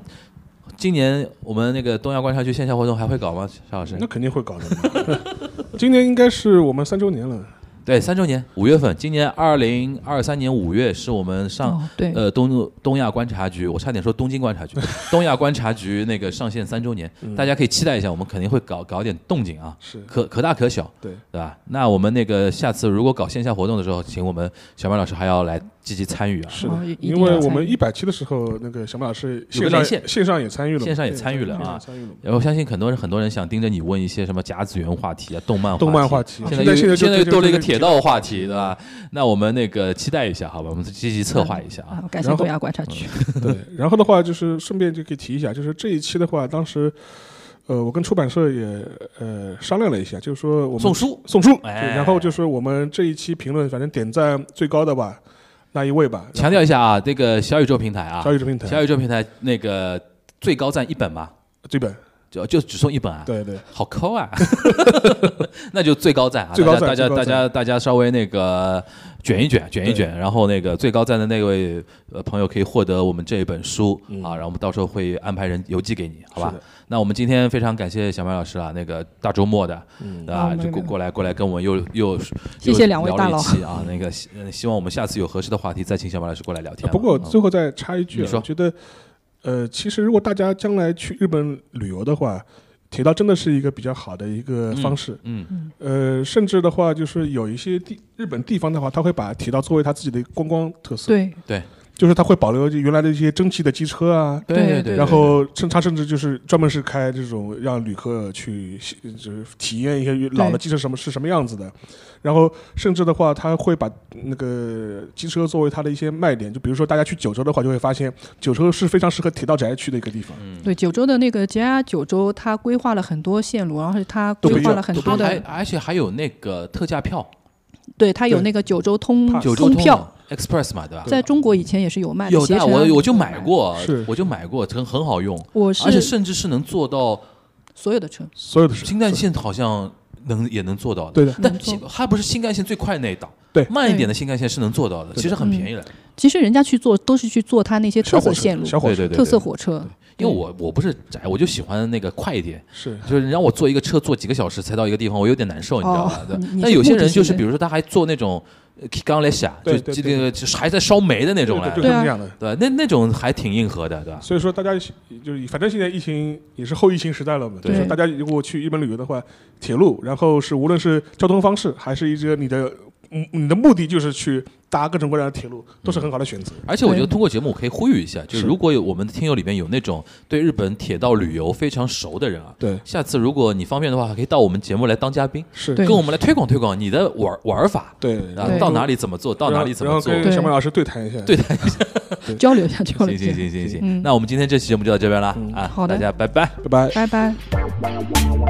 [SPEAKER 5] 今年我们那个东亚观察局线下活动还会搞吗？邵老师
[SPEAKER 4] 那，肯定会搞的嘛。 今年应该是我们三周年了，
[SPEAKER 5] 对，三周年，五月份，今年二零二三年五月是我们上、
[SPEAKER 6] 哦对
[SPEAKER 5] 呃东东亚观察局，我差点说东京观 察局，东亚观察局那个上线三周年，大家可以期待一下，我们肯定会搞搞点动静啊，
[SPEAKER 4] 是
[SPEAKER 5] 可可大可小，
[SPEAKER 4] 对
[SPEAKER 5] 对吧？那我们那个下次如果搞线下活动的时候，请我们小马老师还要来积极参与啊，
[SPEAKER 4] 是
[SPEAKER 6] 哦
[SPEAKER 4] 的
[SPEAKER 6] 一，
[SPEAKER 4] 因
[SPEAKER 6] 一定要
[SPEAKER 4] 为我
[SPEAKER 6] 参
[SPEAKER 4] 们
[SPEAKER 6] 与
[SPEAKER 4] 一百期的时候，那个小马老师
[SPEAKER 5] 有个
[SPEAKER 4] 线上
[SPEAKER 5] 连线
[SPEAKER 4] 线上也参与了嘛，
[SPEAKER 5] 线上也参与了啊
[SPEAKER 4] 线上也参与了嘛。
[SPEAKER 5] 然后相信很多人很多人想盯着你问一些什么甲子园话题啊、动漫
[SPEAKER 4] 动漫话题
[SPEAKER 5] 现在
[SPEAKER 4] 现在现
[SPEAKER 5] 又
[SPEAKER 4] 在就
[SPEAKER 5] 现在又多了一个
[SPEAKER 4] 就就
[SPEAKER 5] 铁道话题，对吧？那我们那个期待一下，好吧？我们积极策划一下啊。
[SPEAKER 6] 啊，感谢
[SPEAKER 4] 然后
[SPEAKER 6] 东亚观察局。
[SPEAKER 5] 嗯
[SPEAKER 4] 对，然后的话就是顺便就可以提一下，就是这一期的话，当时呃，我跟出版社也呃商量了一下，就是说我们
[SPEAKER 5] 送书
[SPEAKER 4] 送书，
[SPEAKER 5] 哎
[SPEAKER 4] 对然后就是我们这一期评论，反正点赞最高的吧，那一位吧，
[SPEAKER 5] 强调一下啊，这个小宇宙平台啊，
[SPEAKER 4] 小宇宙平台
[SPEAKER 5] 小宇宙平台那个最高赞一本嘛，
[SPEAKER 4] 这本，
[SPEAKER 5] 就就只送一本啊。
[SPEAKER 4] 对对，
[SPEAKER 5] 好抠 啊！ 那就最高赞啊！
[SPEAKER 4] 最高赞
[SPEAKER 5] 大家
[SPEAKER 4] 最高
[SPEAKER 5] 大家大
[SPEAKER 4] 赞
[SPEAKER 5] 家大家稍微那个卷一卷，卷一卷，然后那个最高赞的那位呃朋友可以获得我们这一本书、啊，然后我们到时候会安排人邮寄给你，好吧
[SPEAKER 4] 嗯是的？
[SPEAKER 5] 那我们今天非常感谢小麦老师啊，那个大周末的，
[SPEAKER 4] 嗯
[SPEAKER 6] 啊
[SPEAKER 5] 啊，就
[SPEAKER 6] 没有
[SPEAKER 5] 过
[SPEAKER 6] 没有
[SPEAKER 5] 过来过来跟我们又又
[SPEAKER 6] 谢谢两位
[SPEAKER 5] 又聊了
[SPEAKER 6] 大佬
[SPEAKER 5] 一期啊，那个希呃希望我们下次有合适的话题再请小麦老师过来聊天啊。
[SPEAKER 4] 不过
[SPEAKER 5] 嗯
[SPEAKER 4] 最后再插一句、
[SPEAKER 5] 你
[SPEAKER 4] 啊，
[SPEAKER 5] 说
[SPEAKER 4] 我觉得，呃，其实如果大家将来去日本旅游的话，铁道真的是一个比较好的一个方式。
[SPEAKER 5] 嗯
[SPEAKER 4] 呃，甚至的话，就是有一些地日本地方的话，他会把铁道作为他自己的观光特色，
[SPEAKER 6] 对，
[SPEAKER 4] 就是他会保留原来的一些蒸汽的机车啊。
[SPEAKER 5] 对
[SPEAKER 6] 对
[SPEAKER 5] 对
[SPEAKER 6] 对
[SPEAKER 5] 对，
[SPEAKER 4] 然后，甚他甚至就是专门是开这种让旅客去就是体验一些老的
[SPEAKER 6] 对
[SPEAKER 4] 机车什么是什么样子的，然后甚至的话，他会把那个机车作为他的一些卖点，就比如说大家去九州的话，就会发现九州是非常适合铁道宅去的一个地方。
[SPEAKER 5] 嗯
[SPEAKER 6] 对，九州的那个 JR 九州，它规划了很多线路，然后它
[SPEAKER 4] 都不
[SPEAKER 6] 规
[SPEAKER 4] 一
[SPEAKER 6] 划
[SPEAKER 4] 样
[SPEAKER 6] 了很
[SPEAKER 5] 对
[SPEAKER 6] 多
[SPEAKER 5] 它还
[SPEAKER 6] 的，
[SPEAKER 5] 而且还有那个特价票，
[SPEAKER 6] 对，它有
[SPEAKER 4] 对
[SPEAKER 6] 那个九州通
[SPEAKER 4] 怕
[SPEAKER 5] 九州
[SPEAKER 6] 通票，
[SPEAKER 5] Express 嘛，对吧？
[SPEAKER 6] 在中国以前也是有卖的，
[SPEAKER 5] 有
[SPEAKER 6] 携
[SPEAKER 5] 的，
[SPEAKER 6] 程
[SPEAKER 5] 我
[SPEAKER 6] 啊
[SPEAKER 5] 我就买，过
[SPEAKER 4] 是，
[SPEAKER 5] 我就买过，很很好用，
[SPEAKER 6] 我
[SPEAKER 5] 而且
[SPEAKER 6] 是
[SPEAKER 5] 甚至是能做到
[SPEAKER 6] 所有的车，
[SPEAKER 4] 所有的事
[SPEAKER 5] 新干线好像能也能做到的。
[SPEAKER 4] 对的，
[SPEAKER 5] 但
[SPEAKER 6] 能做
[SPEAKER 5] 新它不是新干线最快那一档，
[SPEAKER 4] 对
[SPEAKER 5] 慢一点的新干线是能做到的，其实很
[SPEAKER 6] 嗯
[SPEAKER 5] 便宜的。
[SPEAKER 6] 其实人家去做都是去做它那些特
[SPEAKER 4] 小火
[SPEAKER 6] 色
[SPEAKER 4] 车
[SPEAKER 6] 线路、
[SPEAKER 4] 小火
[SPEAKER 5] 对
[SPEAKER 4] 车
[SPEAKER 5] 对对，
[SPEAKER 6] 特色
[SPEAKER 5] 对，
[SPEAKER 6] 火车，
[SPEAKER 5] 因为我我不是宅，我就喜欢那个快一点，
[SPEAKER 4] 是
[SPEAKER 5] 就是你让我坐一个车坐几个小时才到一个地方，我有点难受，你知道吧
[SPEAKER 6] 哦？
[SPEAKER 5] 对
[SPEAKER 6] 你你是
[SPEAKER 5] 但有些人就是，
[SPEAKER 6] 目的性
[SPEAKER 5] 比如说他还坐那种呃刚来下，就
[SPEAKER 4] 对对
[SPEAKER 5] 这
[SPEAKER 4] 对
[SPEAKER 5] 个就是还在烧煤的那种来
[SPEAKER 4] 对，，
[SPEAKER 6] 对
[SPEAKER 4] 就是
[SPEAKER 6] 啊
[SPEAKER 4] 这样的。
[SPEAKER 5] 对，那那种还挺硬核的，对吧？
[SPEAKER 4] 所以说，大家就是反正现在疫情也是后疫情时代了嘛，
[SPEAKER 5] 对
[SPEAKER 4] 就是大家如果去日本旅游的话，铁路，然后是无论是交通方式，还是一些你的嗯你的目的就是去搭各种各样的铁路，都是很好的选择。
[SPEAKER 5] 而且我觉得
[SPEAKER 6] 对
[SPEAKER 5] 通过节目，我可以呼吁一下，就是
[SPEAKER 4] 是
[SPEAKER 5] 如果有我们的听友里边有那种对日本铁道旅游非常熟的人啊，
[SPEAKER 4] 对，
[SPEAKER 5] 下次如果你方便的话，还可以到我们节目来当嘉宾，
[SPEAKER 4] 是，
[SPEAKER 6] 对
[SPEAKER 5] 跟我们来推广推广你的玩玩法，
[SPEAKER 4] 对，
[SPEAKER 5] 啊
[SPEAKER 4] 然
[SPEAKER 6] 对，
[SPEAKER 5] 到哪里怎么做，到哪里怎么
[SPEAKER 4] 然后
[SPEAKER 5] 做。
[SPEAKER 4] 跟
[SPEAKER 6] 对
[SPEAKER 4] 小马老师对谈一下。
[SPEAKER 5] 对
[SPEAKER 6] 交流一下，交流
[SPEAKER 5] 行
[SPEAKER 6] 一
[SPEAKER 5] 行
[SPEAKER 6] 下，
[SPEAKER 5] 行行行，
[SPEAKER 6] 嗯
[SPEAKER 5] 那我们今天这期节目就到这边了啊，
[SPEAKER 6] 好的
[SPEAKER 5] 大家拜拜。
[SPEAKER 4] 拜拜。
[SPEAKER 6] 拜拜。